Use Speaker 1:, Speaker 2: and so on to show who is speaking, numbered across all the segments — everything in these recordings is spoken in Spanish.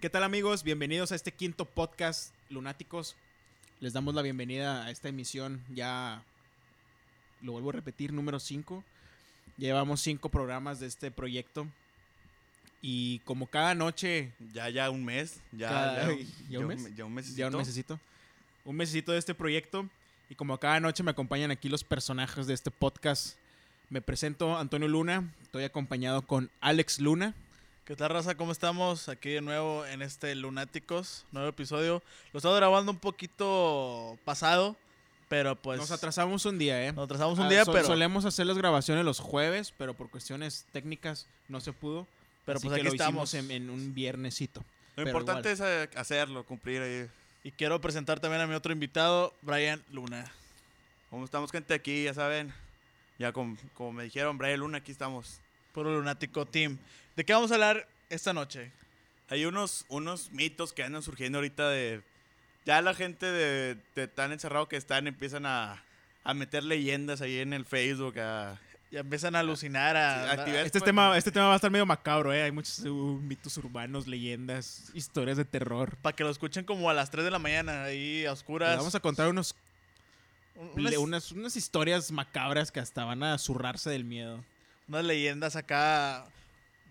Speaker 1: ¿Qué tal amigos? Bienvenidos a este quinto podcast Lunáticos. Les damos la bienvenida a esta emisión ya, lo vuelvo a repetir, número 5. Llevamos cinco programas de este proyecto. Y como cada noche,
Speaker 2: Ya, ya un mes. Ya,
Speaker 1: Cada-
Speaker 2: ya,
Speaker 1: ¿ya un mes?
Speaker 2: Ya un mes.
Speaker 1: ya un mesecito, un mesecito de este proyecto. Y como cada noche me acompañan aquí los personajes de este podcast. Me presento Antonio Luna, estoy acompañado con Alex Luna.
Speaker 3: ¿Qué tal, raza? ¿Cómo estamos? Aquí de nuevo en este Lunáticos, nuevo episodio. Lo estamos grabando un poquito pasado, pero pues.
Speaker 1: Nos atrasamos un día, ¿eh?
Speaker 3: nos atrasamos un
Speaker 1: Ah,
Speaker 3: día,
Speaker 1: sol-
Speaker 3: pero.
Speaker 1: Solemos hacer las grabaciones los jueves, pero por cuestiones técnicas no se pudo.
Speaker 3: Pero
Speaker 1: así
Speaker 3: pues
Speaker 1: que
Speaker 3: aquí
Speaker 1: lo hicimos
Speaker 3: estamos.
Speaker 1: en, en un viernesito.
Speaker 2: Lo
Speaker 1: pero
Speaker 2: importante es eh, hacerlo, cumplir ahí.
Speaker 3: Y quiero presentar también a mi otro invitado, Brian Luna.
Speaker 2: Como estamos gente aquí, ya saben. Ya com- como me dijeron, Brian Luna, aquí estamos.
Speaker 3: Puro Lunático Team. ¿De qué vamos a hablar esta noche?
Speaker 2: Hay unos, unos mitos que andan surgiendo ahorita de... Ya la gente de, de tan encerrado que están empiezan a, a meter leyendas ahí en el Facebook. a-
Speaker 3: Ya empiezan a alucinar, a.
Speaker 2: Sí, actividad-
Speaker 1: Este
Speaker 2: Pues-
Speaker 1: tema, este tema va a estar medio macabro, ¿eh? Hay muchos uh, mitos urbanos, leyendas, historias de terror.
Speaker 3: Para que lo escuchen como a las 3 de la mañana, ahí a
Speaker 1: Les
Speaker 3: oscuras.
Speaker 1: vamos a contar unos,
Speaker 3: Un- unas,
Speaker 1: ple- unas, unas historias macabras que hasta van a zurrarse del miedo.
Speaker 3: unas leyendas acá.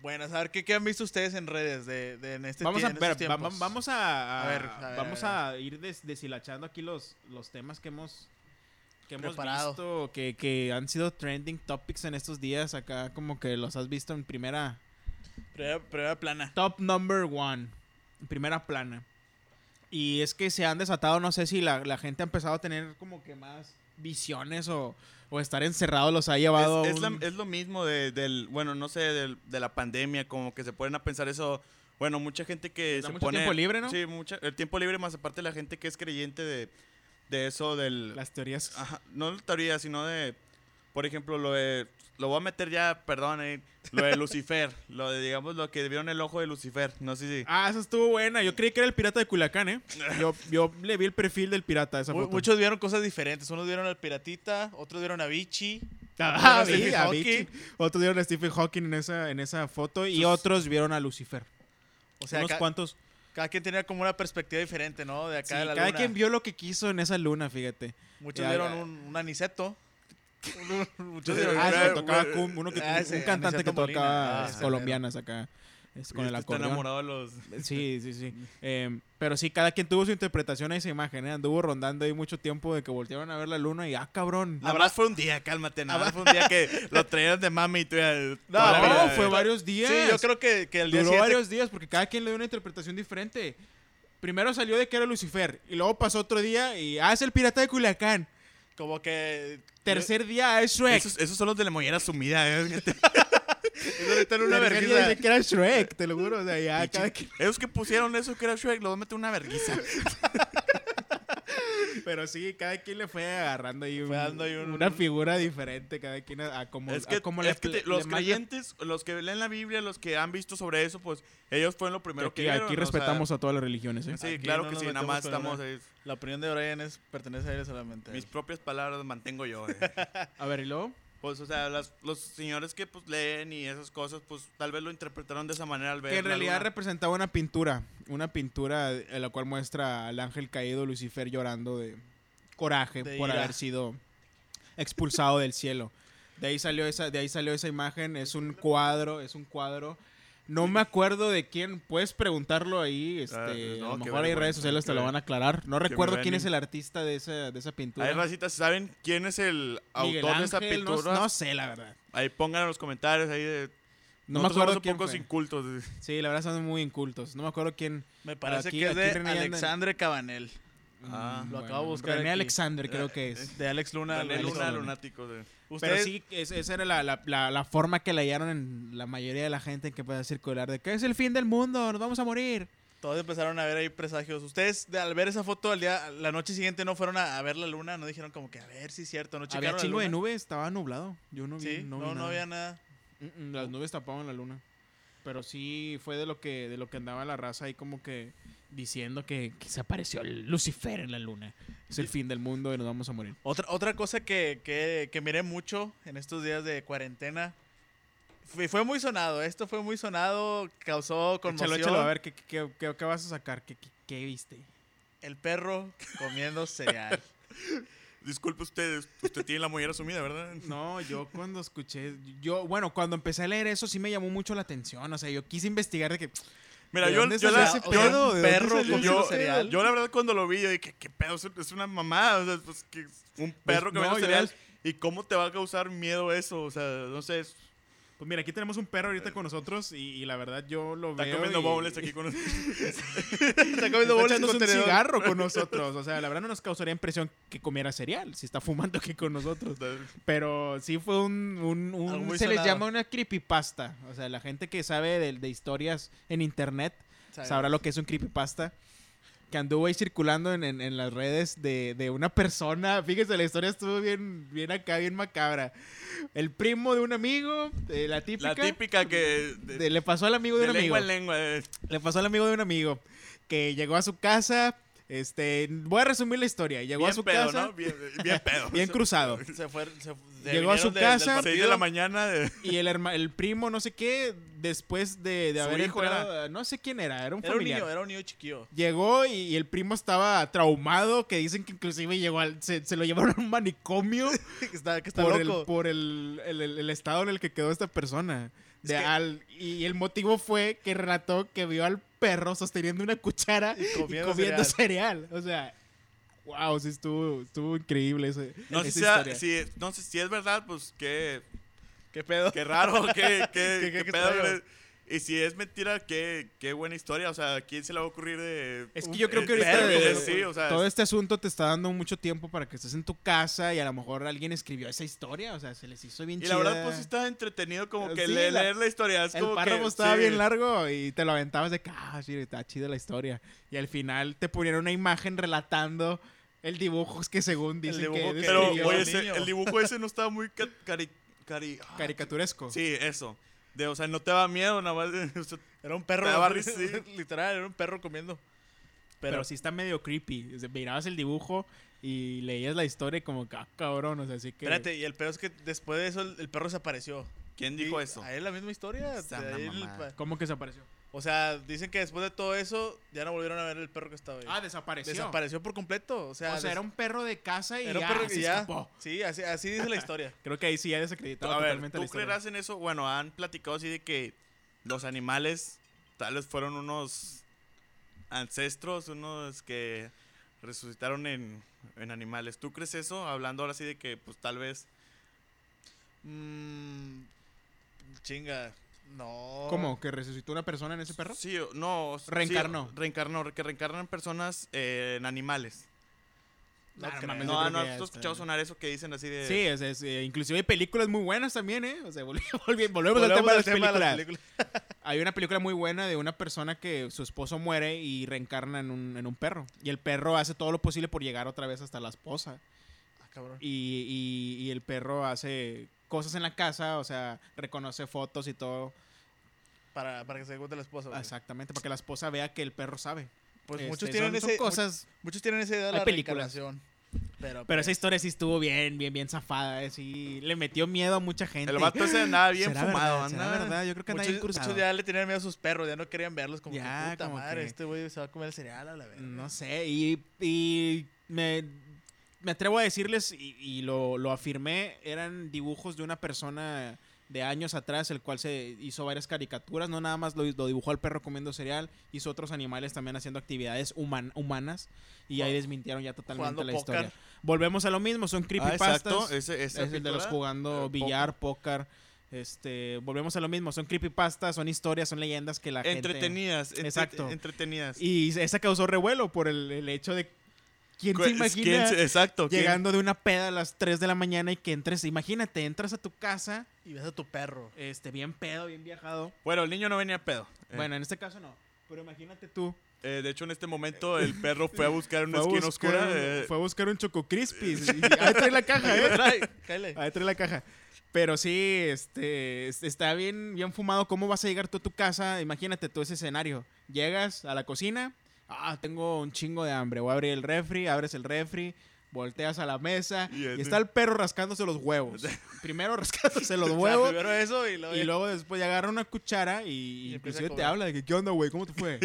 Speaker 3: Buenas, a ver, ¿qué, qué han visto ustedes en redes de, de- en este
Speaker 1: Vamos
Speaker 3: tie-
Speaker 1: a,
Speaker 3: en estos
Speaker 1: ver, va- va-
Speaker 3: tiempos?
Speaker 1: vamos a, a-
Speaker 3: A ver, a ver,
Speaker 1: vamos
Speaker 3: a
Speaker 1: a ir des- deshilachando aquí los, los temas que hemos, que hemos
Speaker 3: Preparado.
Speaker 1: visto, que, que han sido trending topics en estos días. Acá como que los has visto en primera...
Speaker 3: Primera, primera plana.
Speaker 1: Top number one. Primera plana. Y es que se han desatado, no sé si la, la gente ha empezado a tener como que más visiones o, o estar encerrados los ha llevado
Speaker 2: Es,
Speaker 1: a
Speaker 2: es la-
Speaker 1: un-
Speaker 2: es lo mismo de- del, bueno, no sé, del- de la pandemia, como que se ponen a pensar eso. Bueno, mucha gente que
Speaker 1: da
Speaker 2: se
Speaker 1: mucho
Speaker 2: pone...
Speaker 1: tiempo libre, ¿no?
Speaker 2: Sí, mucha, el tiempo libre, más aparte la gente que es creyente de, de eso, del...
Speaker 1: las teorías.
Speaker 3: Ah,
Speaker 2: Ajá, no de teoría, sino de, por ejemplo, lo de, lo voy a meter ya, perdón, eh, lo de Lucifer, lo de, digamos, lo que vieron el ojo de Lucifer, no sé si...
Speaker 1: Ah, esa estuvo buena. Yo creí que era el pirata de Culiacán, ¿eh? Yo, yo le vi el perfil del pirata a esa
Speaker 3: Mu-
Speaker 1: foto.
Speaker 3: Muchos vieron cosas diferentes. Unos vieron al Piratita, otros vieron a Vichy.
Speaker 1: Ah,
Speaker 3: Stephen
Speaker 1: vi, a
Speaker 3: Hawking.
Speaker 1: Vicky. Otros vieron a Stephen Hawking en esa, en esa foto y otros vieron a Lucifer.
Speaker 3: O sea,
Speaker 1: Unos
Speaker 3: ca-
Speaker 1: cuantos.
Speaker 3: cada quien tenía como una perspectiva diferente, ¿no? De acá
Speaker 1: Sí,
Speaker 3: de la
Speaker 1: cada
Speaker 3: luna.
Speaker 1: quien vio lo que quiso en esa luna, fíjate.
Speaker 3: Muchos
Speaker 1: Ya,
Speaker 3: vieron
Speaker 1: ya.
Speaker 3: un, un aniceto. Muchos vieron
Speaker 1: Ah, ese
Speaker 2: Era-
Speaker 1: que tocaba cum- uno que-
Speaker 3: Ah, ese,
Speaker 1: un cantante que
Speaker 3: Aniceto Molina.
Speaker 1: tocaba
Speaker 3: Ah, ese
Speaker 1: colombianas acá es, con el
Speaker 2: Este está
Speaker 1: acordeón.
Speaker 2: enamorado de los...
Speaker 1: Sí, sí, sí.
Speaker 3: Mm.
Speaker 1: Eh, pero sí, cada quien tuvo su interpretación a esa imagen. ¿eh? Anduvo rondando ahí mucho tiempo de que voltearon a ver la luna y ¡ah, cabrón!
Speaker 2: Nada más fue un día, cálmate, nada más fue un día que lo traían de mami y tú ya...
Speaker 3: No,
Speaker 1: No,
Speaker 2: toda la vida,
Speaker 1: fue
Speaker 2: eh.
Speaker 1: varios días.
Speaker 3: Sí, yo creo que, que el día
Speaker 1: Duró
Speaker 3: siguiente-
Speaker 1: varios días porque cada quien le dio una interpretación diferente. Primero salió de que era Lucifer y luego pasó otro día y ¡ah, es el pirata de Culiacán!
Speaker 3: como que...
Speaker 1: Tercer día, "Ah, es Shrek!
Speaker 2: Esos, esos son los de la mollera sumida, eh, gente.
Speaker 3: Están en
Speaker 1: Tercer día
Speaker 3: una vergüenza.
Speaker 1: dice que era Shrek, te lo juro. O sea, ya Ah, cada quien-
Speaker 2: Esos que pusieron eso que era Shrek, lo voy a meter una vergüenza.
Speaker 1: Pero sí, cada quien le fue agarrando ahí, un-
Speaker 3: Fue dando ahí un-
Speaker 1: una figura diferente, cada quien a, a como,
Speaker 2: Es que,
Speaker 1: a como
Speaker 2: es
Speaker 1: le-
Speaker 2: que te-
Speaker 1: le-
Speaker 2: los
Speaker 1: le más le-
Speaker 2: creyentes, los que leen la Biblia, los que han visto sobre eso, pues ellos fueron lo primero
Speaker 1: aquí,
Speaker 2: que vieron,
Speaker 1: aquí
Speaker 2: o sea,
Speaker 1: respetamos a todas las religiones, ¿eh?
Speaker 2: Sí,
Speaker 3: Aquí
Speaker 2: claro
Speaker 3: no
Speaker 2: que
Speaker 3: nos
Speaker 2: sí, nada
Speaker 3: metemos
Speaker 2: más
Speaker 3: con
Speaker 2: estamos.
Speaker 3: una-
Speaker 2: eh,
Speaker 3: La opinión de Brian es, pertenece a él solamente.
Speaker 2: mis propias palabras mantengo yo. eh.
Speaker 1: A ver, ¿y luego?
Speaker 2: pues, o sea, las- los señores que pues leen y esas cosas, pues tal vez lo interpretaron de esa manera al ver.
Speaker 1: Que en
Speaker 2: la
Speaker 1: realidad
Speaker 2: luna.
Speaker 1: representaba una pintura, una pintura en la cual muestra al ángel caído Lucifer llorando de coraje
Speaker 3: De
Speaker 1: por
Speaker 3: ira.
Speaker 1: haber sido expulsado del cielo. De ahí salió esa, de ahí salió esa imagen, es un cuadro, es un cuadro. No me acuerdo de quién, puedes preguntarlo ahí, este,
Speaker 2: Ah, no,
Speaker 1: a lo
Speaker 2: qué
Speaker 1: mejor hay
Speaker 2: vergüenza,
Speaker 1: redes sociales te
Speaker 2: qué
Speaker 1: lo van a aclarar. No recuerdo quién
Speaker 2: vergüenza.
Speaker 1: es el artista de esa, de esa pintura.
Speaker 2: Hay racitas, ¿saben quién es el autor
Speaker 1: Miguel
Speaker 2: de esa
Speaker 1: Ángel, no-
Speaker 2: pintura?
Speaker 1: No, sé, la verdad.
Speaker 2: Ahí pongan en los comentarios. Ahí de,
Speaker 1: No
Speaker 2: Nosotros
Speaker 1: me acuerdo
Speaker 2: somos
Speaker 1: quién
Speaker 2: un poco
Speaker 1: fue.
Speaker 2: incultos. eh.
Speaker 1: Sí, la verdad son muy incultos. No me acuerdo quién.
Speaker 3: Me parece
Speaker 1: Aquí-
Speaker 3: que es
Speaker 1: aquí
Speaker 3: de
Speaker 1: René anda en-
Speaker 3: Alexandre Cabanel.
Speaker 2: Ah,
Speaker 1: Mm,
Speaker 3: lo acabo de buscar
Speaker 1: René
Speaker 3: aquí.
Speaker 1: Alexander creo que es.
Speaker 3: De Alex Luna.
Speaker 2: Daniel
Speaker 1: Alex
Speaker 2: Luna,
Speaker 1: Luna.
Speaker 2: lunático. eh.
Speaker 3: Ustedes,
Speaker 1: Pero sí, es- esa era la, la- la- la forma que le hallaron en la mayoría de la gente que pueda circular de que es el fin del mundo, nos vamos a morir.
Speaker 3: Todos empezaron a ver ahí presagios. Ustedes, de- al ver esa foto al día, la noche siguiente no fueron a, a ver la luna, no dijeron como que a ver si es cierto, no checaron
Speaker 1: Había
Speaker 3: la
Speaker 1: chingo de
Speaker 3: luna?
Speaker 1: nubes, estaba nublado. Yo no vi,
Speaker 3: Sí,
Speaker 1: no,
Speaker 3: no,
Speaker 1: vi
Speaker 3: no,
Speaker 1: nada.
Speaker 3: había Oh. nada.
Speaker 1: Mm, mm, las nubes tapaban la luna. Pero sí fue de lo que de lo que andaba la raza ahí como que diciendo que, que se apareció el Lucifer en la luna. Es el fin del mundo y nos vamos a morir.
Speaker 3: Otra, otra cosa que, que, que miré mucho en estos días de cuarentena Fue, fue muy sonado, esto fue muy sonado, causó conmoción.
Speaker 1: Échalo, échalo, a ver, ¿qué, qué, qué- qué vas a sacar? ¿Qué, qué- qué viste?
Speaker 3: El perro comiendo cereal.
Speaker 2: Disculpe usted, usted tiene la mollera sumida, ¿verdad?
Speaker 1: No, yo cuando escuché, yo, bueno, cuando empecé a leer eso sí me llamó mucho la atención, o sea, yo quise investigar de que,
Speaker 2: Mira,
Speaker 1: ¿De
Speaker 2: yo,
Speaker 1: dónde
Speaker 2: yo
Speaker 1: salió
Speaker 2: la,
Speaker 1: ese
Speaker 2: yo-
Speaker 1: pedo? ¿De dónde
Speaker 3: perro
Speaker 1: salió
Speaker 3: comiendo
Speaker 2: yo,
Speaker 3: cereal?
Speaker 2: yo la verdad cuando lo vi, yo dije, ¿qué pedo? Es- Es una mamada. o sea, pues, que es un perro
Speaker 1: Pues,
Speaker 2: que comiendo
Speaker 1: no, yo
Speaker 2: cereal.
Speaker 1: era-
Speaker 2: ¿Y cómo te va a causar miedo eso? O sea, no sé. es-
Speaker 1: pues mira, aquí tenemos un perro ahorita con nosotros y, y la verdad yo lo
Speaker 2: Está
Speaker 1: veo
Speaker 2: comiendo
Speaker 1: y-
Speaker 2: bowls aquí con nosotros.
Speaker 3: Está
Speaker 1: Está
Speaker 3: comiendo bolas
Speaker 1: echándose
Speaker 3: con
Speaker 1: un
Speaker 3: tenedor.
Speaker 1: cigarro con nosotros. O sea, la verdad no nos causaría impresión que comiera cereal si está fumando aquí con nosotros. Pero sí fue un... un- un-
Speaker 3: Algo muy
Speaker 1: se les
Speaker 3: sonado.
Speaker 1: llama una creepypasta. O sea, la gente que sabe de, de historias en internet
Speaker 3: Sabe.
Speaker 1: sabrá lo que es un creepypasta. Que anduvo ahí circulando en, en- en las redes de, de una persona. Fíjense, la historia estuvo bien, bien acá, bien macabra. El primo de un amigo, eh, la típica.
Speaker 2: La típica que. De,
Speaker 1: de- le pasó al amigo de,
Speaker 2: de
Speaker 1: un amigo.
Speaker 2: lengua en lengua. eh.
Speaker 1: Le pasó al amigo de un amigo que llegó a su casa. Este, voy a resumir la historia. Llegó a
Speaker 2: Bien
Speaker 1: su
Speaker 2: pedo,
Speaker 1: casa
Speaker 2: ¿no? Bien, bien pedo.
Speaker 1: bien cruzado.
Speaker 3: Se fue, se fu- se
Speaker 1: Llegó a su
Speaker 3: vinieron del- del
Speaker 1: casa.
Speaker 3: partido.
Speaker 2: Seis de la mañana. de-
Speaker 1: Y el, herma- el primo, no sé qué, después de, de
Speaker 2: Su
Speaker 1: haber
Speaker 2: hijo era.
Speaker 1: entrado, no sé quién era, era un
Speaker 3: Era un
Speaker 1: familiar.
Speaker 3: niño, era un niño chiquillo.
Speaker 1: Llegó y, y el primo estaba traumado, que dicen que inclusive llegó al, se, se lo llevaron a un manicomio
Speaker 3: Que está, que está
Speaker 1: por, el,
Speaker 3: loco.
Speaker 1: por el, el- el- el estado en el que quedó esta persona.
Speaker 3: Es
Speaker 1: De
Speaker 3: que-
Speaker 1: al- y el motivo fue que relató que vio al perro sosteniendo una cuchara y comiendo,
Speaker 3: comiendo
Speaker 1: cereal. O sea, wow, sí estuvo, estuvo increíble ese,
Speaker 2: No sé,
Speaker 1: esa
Speaker 2: si sea-
Speaker 1: historia.
Speaker 2: si, no sé si es verdad, pues qué,
Speaker 3: ¿Qué pedo?
Speaker 2: qué raro, qué, qué,
Speaker 3: Qué- qué
Speaker 2: qué pedo.
Speaker 3: extraño.
Speaker 2: güey. Y si es mentira, qué, qué buena historia. O sea, ¿a quién se le va a ocurrir de.?
Speaker 1: Es que yo creo que
Speaker 2: de-
Speaker 1: ahorita
Speaker 2: de-
Speaker 1: todo,
Speaker 2: eh, sí, o sea,
Speaker 1: todo este asunto te está dando mucho tiempo para que estés en tu casa y a lo mejor alguien escribió esa historia, o sea, se les hizo bien
Speaker 2: Y la verdad,
Speaker 1: chida.
Speaker 2: pues sí está entretenido como que
Speaker 1: Eh, Sí,
Speaker 2: le-
Speaker 1: la-
Speaker 2: leer la historia. Es
Speaker 1: El
Speaker 2: como
Speaker 1: párrafo
Speaker 2: que,
Speaker 1: estaba
Speaker 2: sí.
Speaker 1: bien largo y te lo aventabas de que, ah, sí, está chida la historia. Y al final te ponían una imagen relatando el dibujo que según dicen que,
Speaker 3: dibujo que-
Speaker 2: Pero,
Speaker 1: describió-
Speaker 2: oye,
Speaker 3: el
Speaker 2: ese-
Speaker 3: niño.
Speaker 2: el dibujo ese no estaba muy ca- cari, cari- ah,
Speaker 1: caricaturesco.
Speaker 2: Sí, eso. De, o sea, no te da miedo, nada más. o sea,
Speaker 3: Era un perro.
Speaker 2: Te daba risa, sí.
Speaker 3: Literal, era un perro comiendo.
Speaker 1: pero,
Speaker 3: Pero,
Speaker 1: sí está medio creepy. O sea, Mirabas el dibujo y leías la historia y como, que, ah, cabrón, o sea, así que...
Speaker 3: espérate, y el peor es que después de eso el, el perro desapareció.
Speaker 2: ¿Quién dijo
Speaker 3: Y
Speaker 2: eso?
Speaker 3: Ahí es la misma historia.
Speaker 2: Está
Speaker 3: de
Speaker 2: una
Speaker 3: ahí el
Speaker 2: mamada.
Speaker 3: pa-
Speaker 1: ¿Cómo que desapareció?
Speaker 3: o sea, dicen que después de todo eso ya no volvieron a ver el perro que estaba ahí.
Speaker 1: Ah, desapareció.
Speaker 3: desapareció por completo. O sea,
Speaker 1: o sea, era un perro de casa y
Speaker 3: era un
Speaker 1: ya,
Speaker 3: perro que
Speaker 1: se
Speaker 3: ya-
Speaker 1: escapó.
Speaker 3: Sí, así, así dice la historia.
Speaker 1: Creo que ahí sí ya desacreditaba
Speaker 2: A ver,
Speaker 1: totalmente la
Speaker 2: ¿tú
Speaker 1: historia.
Speaker 2: creerás en eso? Bueno, han platicado así de que los animales tal vez fueron unos ancestros, unos que resucitaron en, en animales. ¿Tú crees eso? Hablando ahora sí de que, pues tal vez.
Speaker 3: Mm, chinga. No.
Speaker 1: ¿Cómo? ¿Que resucitó una persona en ese perro?
Speaker 2: Sí, o- no. sí,
Speaker 1: Reencarnó.
Speaker 2: reencarnó, que reencarnan personas eh, en animales.
Speaker 3: No
Speaker 1: Nah,
Speaker 3: creo.
Speaker 1: mames, yo
Speaker 2: No,
Speaker 1: creo
Speaker 2: no,
Speaker 1: que ya
Speaker 2: has
Speaker 1: está.
Speaker 2: escuchado sonar eso que dicen así de.
Speaker 1: Sí, o sea, es, eh, inclusive hay películas muy buenas también, ¿eh? O sea, volvi- volvi- volvemos,
Speaker 3: Volvemos
Speaker 1: al tema de las
Speaker 3: tema de
Speaker 1: películas.
Speaker 3: las películas.
Speaker 1: Hay una película muy buena de una persona que su esposo muere y reencarna en un, en un perro. Y el perro hace todo lo posible por llegar otra vez hasta la esposa.
Speaker 3: Ah, cabrón.
Speaker 1: Y, y- y el perro hace cosas en la casa, o sea, reconoce fotos y todo.
Speaker 3: Para, para que se dé cuenta la esposa. güey.
Speaker 1: Exactamente, para que la esposa vea que el perro sabe.
Speaker 3: Pues
Speaker 1: Este,
Speaker 3: muchos tienen
Speaker 1: son- son
Speaker 3: ese.
Speaker 1: cosas.
Speaker 3: Muchos tienen esa idea de
Speaker 1: Hay
Speaker 3: la
Speaker 1: películas.
Speaker 3: reencarnación. Pero,
Speaker 1: Pero esa historia sí estuvo bien, bien, bien zafada. eh, Sí, le metió miedo a mucha gente.
Speaker 2: El vato ese andaba bien
Speaker 1: ¿Será
Speaker 2: fumado,
Speaker 1: verdad? ¿Será
Speaker 2: andaba- Ah,
Speaker 1: verdad? Yo creo que anda bien
Speaker 3: muchos,
Speaker 1: cruzado.
Speaker 3: muchos ya le tenían miedo a sus perros, ya no querían verlos como
Speaker 1: Ya,
Speaker 3: que puta
Speaker 1: como
Speaker 3: madre,
Speaker 1: que-
Speaker 3: este güey se va a comer el cereal a la verga.
Speaker 1: No sé, y, y me, me atrevo a decirles, y, y lo, lo afirmé, eran dibujos de una persona de años atrás, el cual se hizo varias caricaturas, no nada más lo, lo dibujó al perro comiendo cereal, hizo otros animales también haciendo actividades human- humanas, y ahí
Speaker 3: Jugando-
Speaker 1: desmintieron ya totalmente
Speaker 3: jugando
Speaker 1: la
Speaker 3: póker.
Speaker 1: historia. Volvemos a lo mismo, son
Speaker 2: Ah,
Speaker 1: creepypastas.
Speaker 2: exacto. Ese, esa
Speaker 1: Es el de los
Speaker 2: película,
Speaker 1: jugando
Speaker 2: eh,
Speaker 1: billar, póker. Este, volvemos a lo mismo, son creepypastas, son historias, son leyendas que la gente...
Speaker 2: Entretenidas, entre-
Speaker 1: Exacto.
Speaker 2: Entretenidas.
Speaker 1: Y esa causó revuelo por el, el hecho de. ¿Quién
Speaker 2: Cu-
Speaker 1: se
Speaker 2: es-
Speaker 1: imagina
Speaker 2: ¿quién se- exacto. ¿quién?
Speaker 1: llegando de una peda a las 3 de la mañana y que entres? Imagínate, entras a tu casa,
Speaker 3: Y ves a tu perro.
Speaker 1: este, bien pedo, bien viajado.
Speaker 2: Bueno, el niño no venía a pedo. Eh,
Speaker 1: Bueno, en este caso no. Pero imagínate tú.
Speaker 2: eh, de hecho, en este momento el perro fue a buscar
Speaker 1: Fue
Speaker 2: una
Speaker 1: a
Speaker 2: esquina
Speaker 1: buscar
Speaker 2: oscura.
Speaker 1: un-
Speaker 2: eh,
Speaker 1: Fue a buscar un Choco Crispis. y- y- ahí trae la caja, ¿eh?
Speaker 3: Cáele.
Speaker 1: Ahí trae la caja. Pero sí, este, es- está bien, bien fumado. ¿Cómo vas a llegar tú a tu casa? Imagínate tú ese escenario. Llegas a la cocina, ah, tengo un chingo de hambre. Voy a abrir el refri, abres el refri, volteas a la mesa
Speaker 2: Y es-
Speaker 1: y está el perro rascándose los huevos. Primero rascándose los
Speaker 3: O sea,
Speaker 1: huevos
Speaker 3: primero eso y luego,
Speaker 1: y luego después ya agarra una cuchara y,
Speaker 3: Y empieza a
Speaker 1: inclusive te
Speaker 3: cobrar.
Speaker 1: habla de que qué onda, güey, ¿cómo te fue?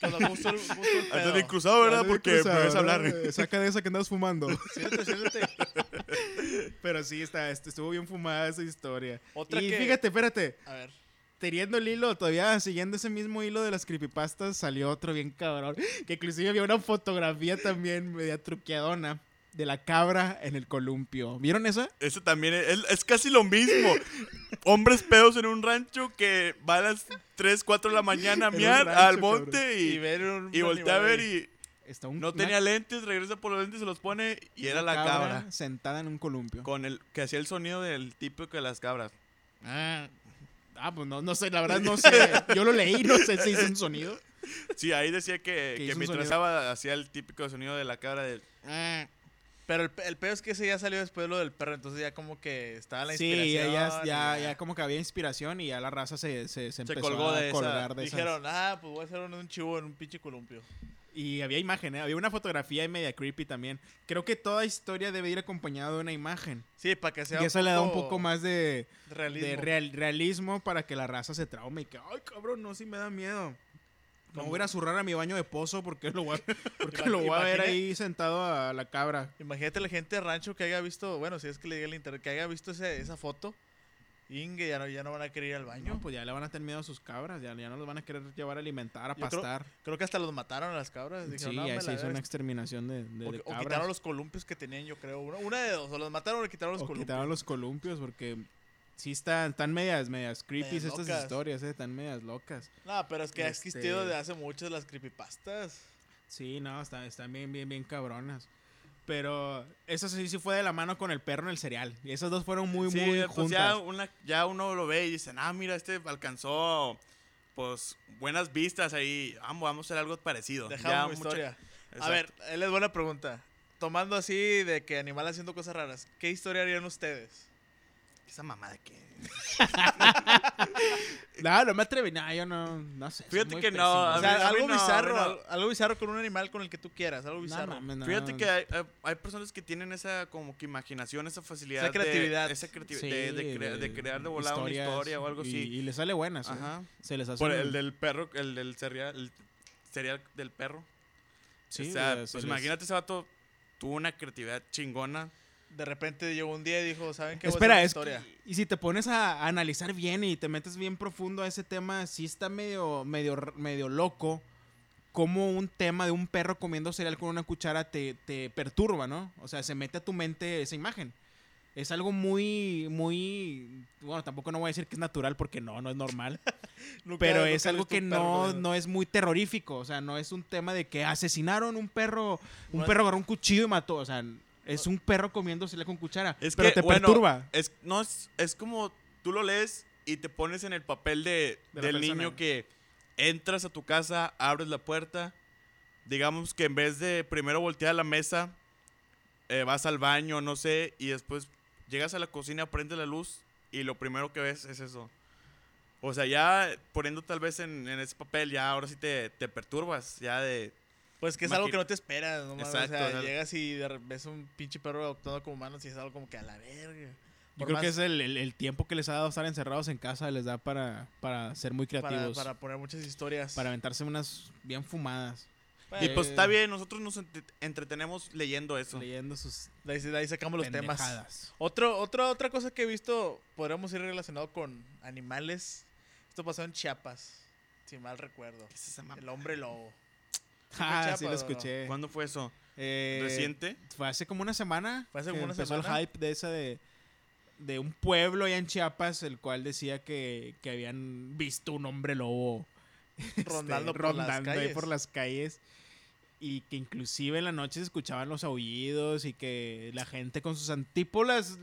Speaker 3: cuando puso el- puso el
Speaker 2: Antes
Speaker 3: pedo.
Speaker 2: de cruzado, ¿verdad?
Speaker 1: Ándale,
Speaker 2: Porque
Speaker 1: cruza,
Speaker 2: me ves a
Speaker 1: ¿verdad?
Speaker 2: hablar.
Speaker 1: Eh, Saca de esa que andas fumando.
Speaker 3: Siéntate, siéntate.
Speaker 1: Pero sí, está, est- estuvo bien fumada esa historia.
Speaker 3: Otra
Speaker 1: y
Speaker 3: que-
Speaker 1: fíjate, espérate,
Speaker 3: A ver.
Speaker 1: teniendo el hilo, todavía siguiendo ese mismo hilo de las creepypastas, salió otro bien cabrón. Que inclusive había una fotografía también media truqueadona de la cabra en el columpio. ¿Vieron esa?
Speaker 2: Eso también es, es- es casi lo mismo. Hombres pedos en un rancho que va a las 3, 4 de la mañana a
Speaker 1: En un
Speaker 2: miar
Speaker 1: rancho,
Speaker 2: al monte
Speaker 3: Y,
Speaker 2: y,
Speaker 3: ver un.
Speaker 2: y voltea a
Speaker 3: animal
Speaker 2: ver
Speaker 3: ahí.
Speaker 2: y
Speaker 1: Está un,
Speaker 2: no
Speaker 1: una
Speaker 2: tenía lentes, regresa por los lentes, se los pone y era la cabra.
Speaker 1: sentada en un columpio.
Speaker 2: Con el que hacía el sonido del típico de las cabras.
Speaker 1: Ah, ah, pues no, no sé, la verdad no sé. Yo lo leí, no sé si hizo un sonido.
Speaker 2: Sí, ahí decía que,
Speaker 1: Que
Speaker 2: que
Speaker 1: hizo un
Speaker 2: mientras
Speaker 1: sonido.
Speaker 2: estaba hacía el típico sonido de la cabra del...
Speaker 3: Ah, Pero el, pe- el pedo es que ese ya salió después lo del perro, entonces ya como que estaba la
Speaker 1: Sí, ya,
Speaker 3: inspiración.
Speaker 1: ya,
Speaker 3: y
Speaker 1: ya, ya como que había inspiración y ya la raza se, se, se
Speaker 2: Se
Speaker 1: empezó
Speaker 2: colgó
Speaker 1: a
Speaker 2: de esa.
Speaker 1: colgar de esas.
Speaker 3: Dijeron, ah, pues voy a hacer un, un chivo en un pinche columpio.
Speaker 1: Y había imagen, ¿eh? había una fotografía y media creepy también. Creo que toda historia debe ir acompañada de una imagen.
Speaker 3: Sí, para que sea.
Speaker 1: Y eso le da un poco más de,
Speaker 3: de Realismo.
Speaker 1: de real- realismo para que la raza se traume y que, ay cabrón, no, sí me da miedo. No voy a ir a zurrar a mi baño de pozo porque lo voy a, porque lo voy a ver
Speaker 3: Imagina-
Speaker 1: ahí sentado a la cabra.
Speaker 3: Imagínate la gente de rancho que haya visto, bueno, si es que le llega el internet, que haya visto ese- esa foto. Inge, ya no, ya no van a querer ir al baño.
Speaker 1: No, pues ya le van a tener miedo a sus cabras, ya, ya no los van a querer llevar a alimentar, a
Speaker 3: Yo creo-
Speaker 1: pastar.
Speaker 3: Creo que hasta los mataron a las cabras. Dijeron,
Speaker 1: sí,
Speaker 3: no,
Speaker 1: ahí
Speaker 3: me
Speaker 1: se
Speaker 3: la
Speaker 1: hizo una
Speaker 3: ves".
Speaker 1: exterminación de, de-
Speaker 3: o,
Speaker 1: de
Speaker 3: qui- o
Speaker 1: cabras.
Speaker 3: quitaron los columpios que tenían, yo creo. Una, una de dos, o los mataron o le quitaron los
Speaker 1: o
Speaker 3: columpios.
Speaker 1: quitaron los columpios porque sí están, están medias, medias creepy
Speaker 3: Medias
Speaker 1: estas
Speaker 3: locas.
Speaker 1: historias, eh, están medias locas.
Speaker 3: No, pero es que ha
Speaker 1: Este-
Speaker 3: existido desde hace mucho las creepypastas.
Speaker 1: Sí, no, están, están bien, bien, bien cabronas. Pero eso sí, sí fue de la mano con el perro en el cereal. Y esas dos fueron muy,
Speaker 2: Sí,
Speaker 1: muy
Speaker 2: pues
Speaker 1: juntas.
Speaker 2: ya, una- ya uno lo ve y dicen, ah, mira, este alcanzó pues buenas vistas ahí. Vamos, vamos a hacer algo parecido. Ya
Speaker 3: Dejamos mi
Speaker 2: mucha-
Speaker 3: historia. A
Speaker 2: Exacto.
Speaker 3: ver, él es buena pregunta. Tomando así de que animal haciendo cosas raras, ¿qué historia harían ustedes?
Speaker 2: Esa mamada que...
Speaker 1: No, no me atreví. No, yo no, no sé. soy
Speaker 2: eh, Fíjate
Speaker 1: muy
Speaker 2: que no,
Speaker 1: pésimo.
Speaker 2: a
Speaker 3: O
Speaker 2: mí-
Speaker 3: sea,
Speaker 2: mí
Speaker 3: algo
Speaker 2: no, a mí
Speaker 3: bizarro,
Speaker 2: no.
Speaker 3: al- algo bizarro con un animal con el que tú quieras, algo
Speaker 1: No
Speaker 3: bizarro.
Speaker 1: mames, no.
Speaker 2: Fíjate que hay, hay- hay personas que tienen esa como que imaginación, esa facilidad.
Speaker 3: Esa creatividad.
Speaker 2: De, esa creativi-
Speaker 1: Sí,
Speaker 2: de, de crea- de crear de volar una
Speaker 1: historias,
Speaker 2: historia o algo
Speaker 1: y-
Speaker 2: así.
Speaker 1: Y les sale buenas. ¿eh?
Speaker 2: Ajá.
Speaker 1: Se les hace.
Speaker 2: Por el del perro, el del cereal, el cereal del perro.
Speaker 1: Sí,
Speaker 2: o sea,
Speaker 1: güey, se
Speaker 2: pues
Speaker 1: les-
Speaker 2: imagínate ese vato tuvo una creatividad chingona.
Speaker 3: De repente llegó un día y dijo, ¿saben qué? Voy a hacer
Speaker 1: Espera,
Speaker 3: una
Speaker 1: es que- y si te pones a, a analizar bien y te metes bien profundo a ese tema, sí está medio, medio, r- medio loco cómo un tema de un perro comiendo cereal con una cuchara te, te perturba, ¿no? O sea, se mete a tu mente esa imagen. Es algo muy, muy, bueno, tampoco no voy a decir que es natural porque no, no es normal,
Speaker 3: Nunca-
Speaker 1: pero
Speaker 3: nunca
Speaker 1: es
Speaker 3: he
Speaker 1: algo
Speaker 3: visto
Speaker 1: que
Speaker 3: un perro
Speaker 1: no,
Speaker 3: comiendo.
Speaker 1: no es muy terrorífico, o sea, no es un tema de que asesinaron un perro, un
Speaker 3: No es-
Speaker 1: perro agarró un cuchillo y mató, o sea, es un perro comiendo cereal con cuchara,
Speaker 2: Es
Speaker 1: pero
Speaker 2: que,
Speaker 1: te
Speaker 2: bueno,
Speaker 1: perturba.
Speaker 2: Es, no, es, es como tú lo lees y te pones en el papel de,
Speaker 1: De la
Speaker 2: del
Speaker 1: persona.
Speaker 2: niño que entras a tu casa, abres la puerta. Digamos que en vez de primero voltear a la mesa, eh, vas al baño, no sé, y después llegas a la cocina, prendes la luz y lo primero que ves es eso. O sea, ya poniendo tal vez en, en ese papel, ya ahora sí te, te perturbas, ya de...
Speaker 3: Pues que es
Speaker 2: Imagina-
Speaker 3: algo que no te esperas, no mames,
Speaker 2: Exacto,
Speaker 3: o sea,
Speaker 2: o sea-
Speaker 3: llegas y de re- ves un pinche perro adoptado como humano y es algo como que a la verga.
Speaker 1: Yo
Speaker 3: Por
Speaker 1: creo que es
Speaker 3: más-
Speaker 1: el, el- el tiempo que les ha dado estar encerrados en casa, les da para, para ser muy
Speaker 3: para,
Speaker 1: creativos. Para,
Speaker 3: para poner muchas historias.
Speaker 1: aventarse unas bien fumadas.
Speaker 3: Bueno,
Speaker 2: Y pues está
Speaker 1: Eh.
Speaker 2: bien, nosotros nos ent- entretenemos leyendo eso.
Speaker 1: Leyendo sus
Speaker 3: de ahí, de ahí sacamos los temas.
Speaker 1: pendejadas.
Speaker 3: Otro, otra, otra cosa que he visto, podríamos ir relacionado con animales. Esto pasó en Chiapas, si mal recuerdo.
Speaker 2: ¿Qué es esa mamá?
Speaker 3: El hombre lobo.
Speaker 1: Ah,
Speaker 3: Chiapas,
Speaker 1: sí lo
Speaker 3: ¿no?
Speaker 1: escuché.
Speaker 2: ¿Cuándo fue eso?
Speaker 1: Eh,
Speaker 2: ¿Reciente?
Speaker 1: Fue hace como una semana.
Speaker 3: Fue hace
Speaker 1: que
Speaker 3: como una
Speaker 1: empezó
Speaker 3: semana.
Speaker 1: el hype de esa de, de un pueblo allá en Chiapas, el cual decía que, que habían visto un hombre lobo este,
Speaker 3: Rondando por las
Speaker 1: rondando ahí
Speaker 3: calles.
Speaker 1: por las calles. Y que inclusive en la noche se escuchaban los aullidos y que la gente con sus antípolas.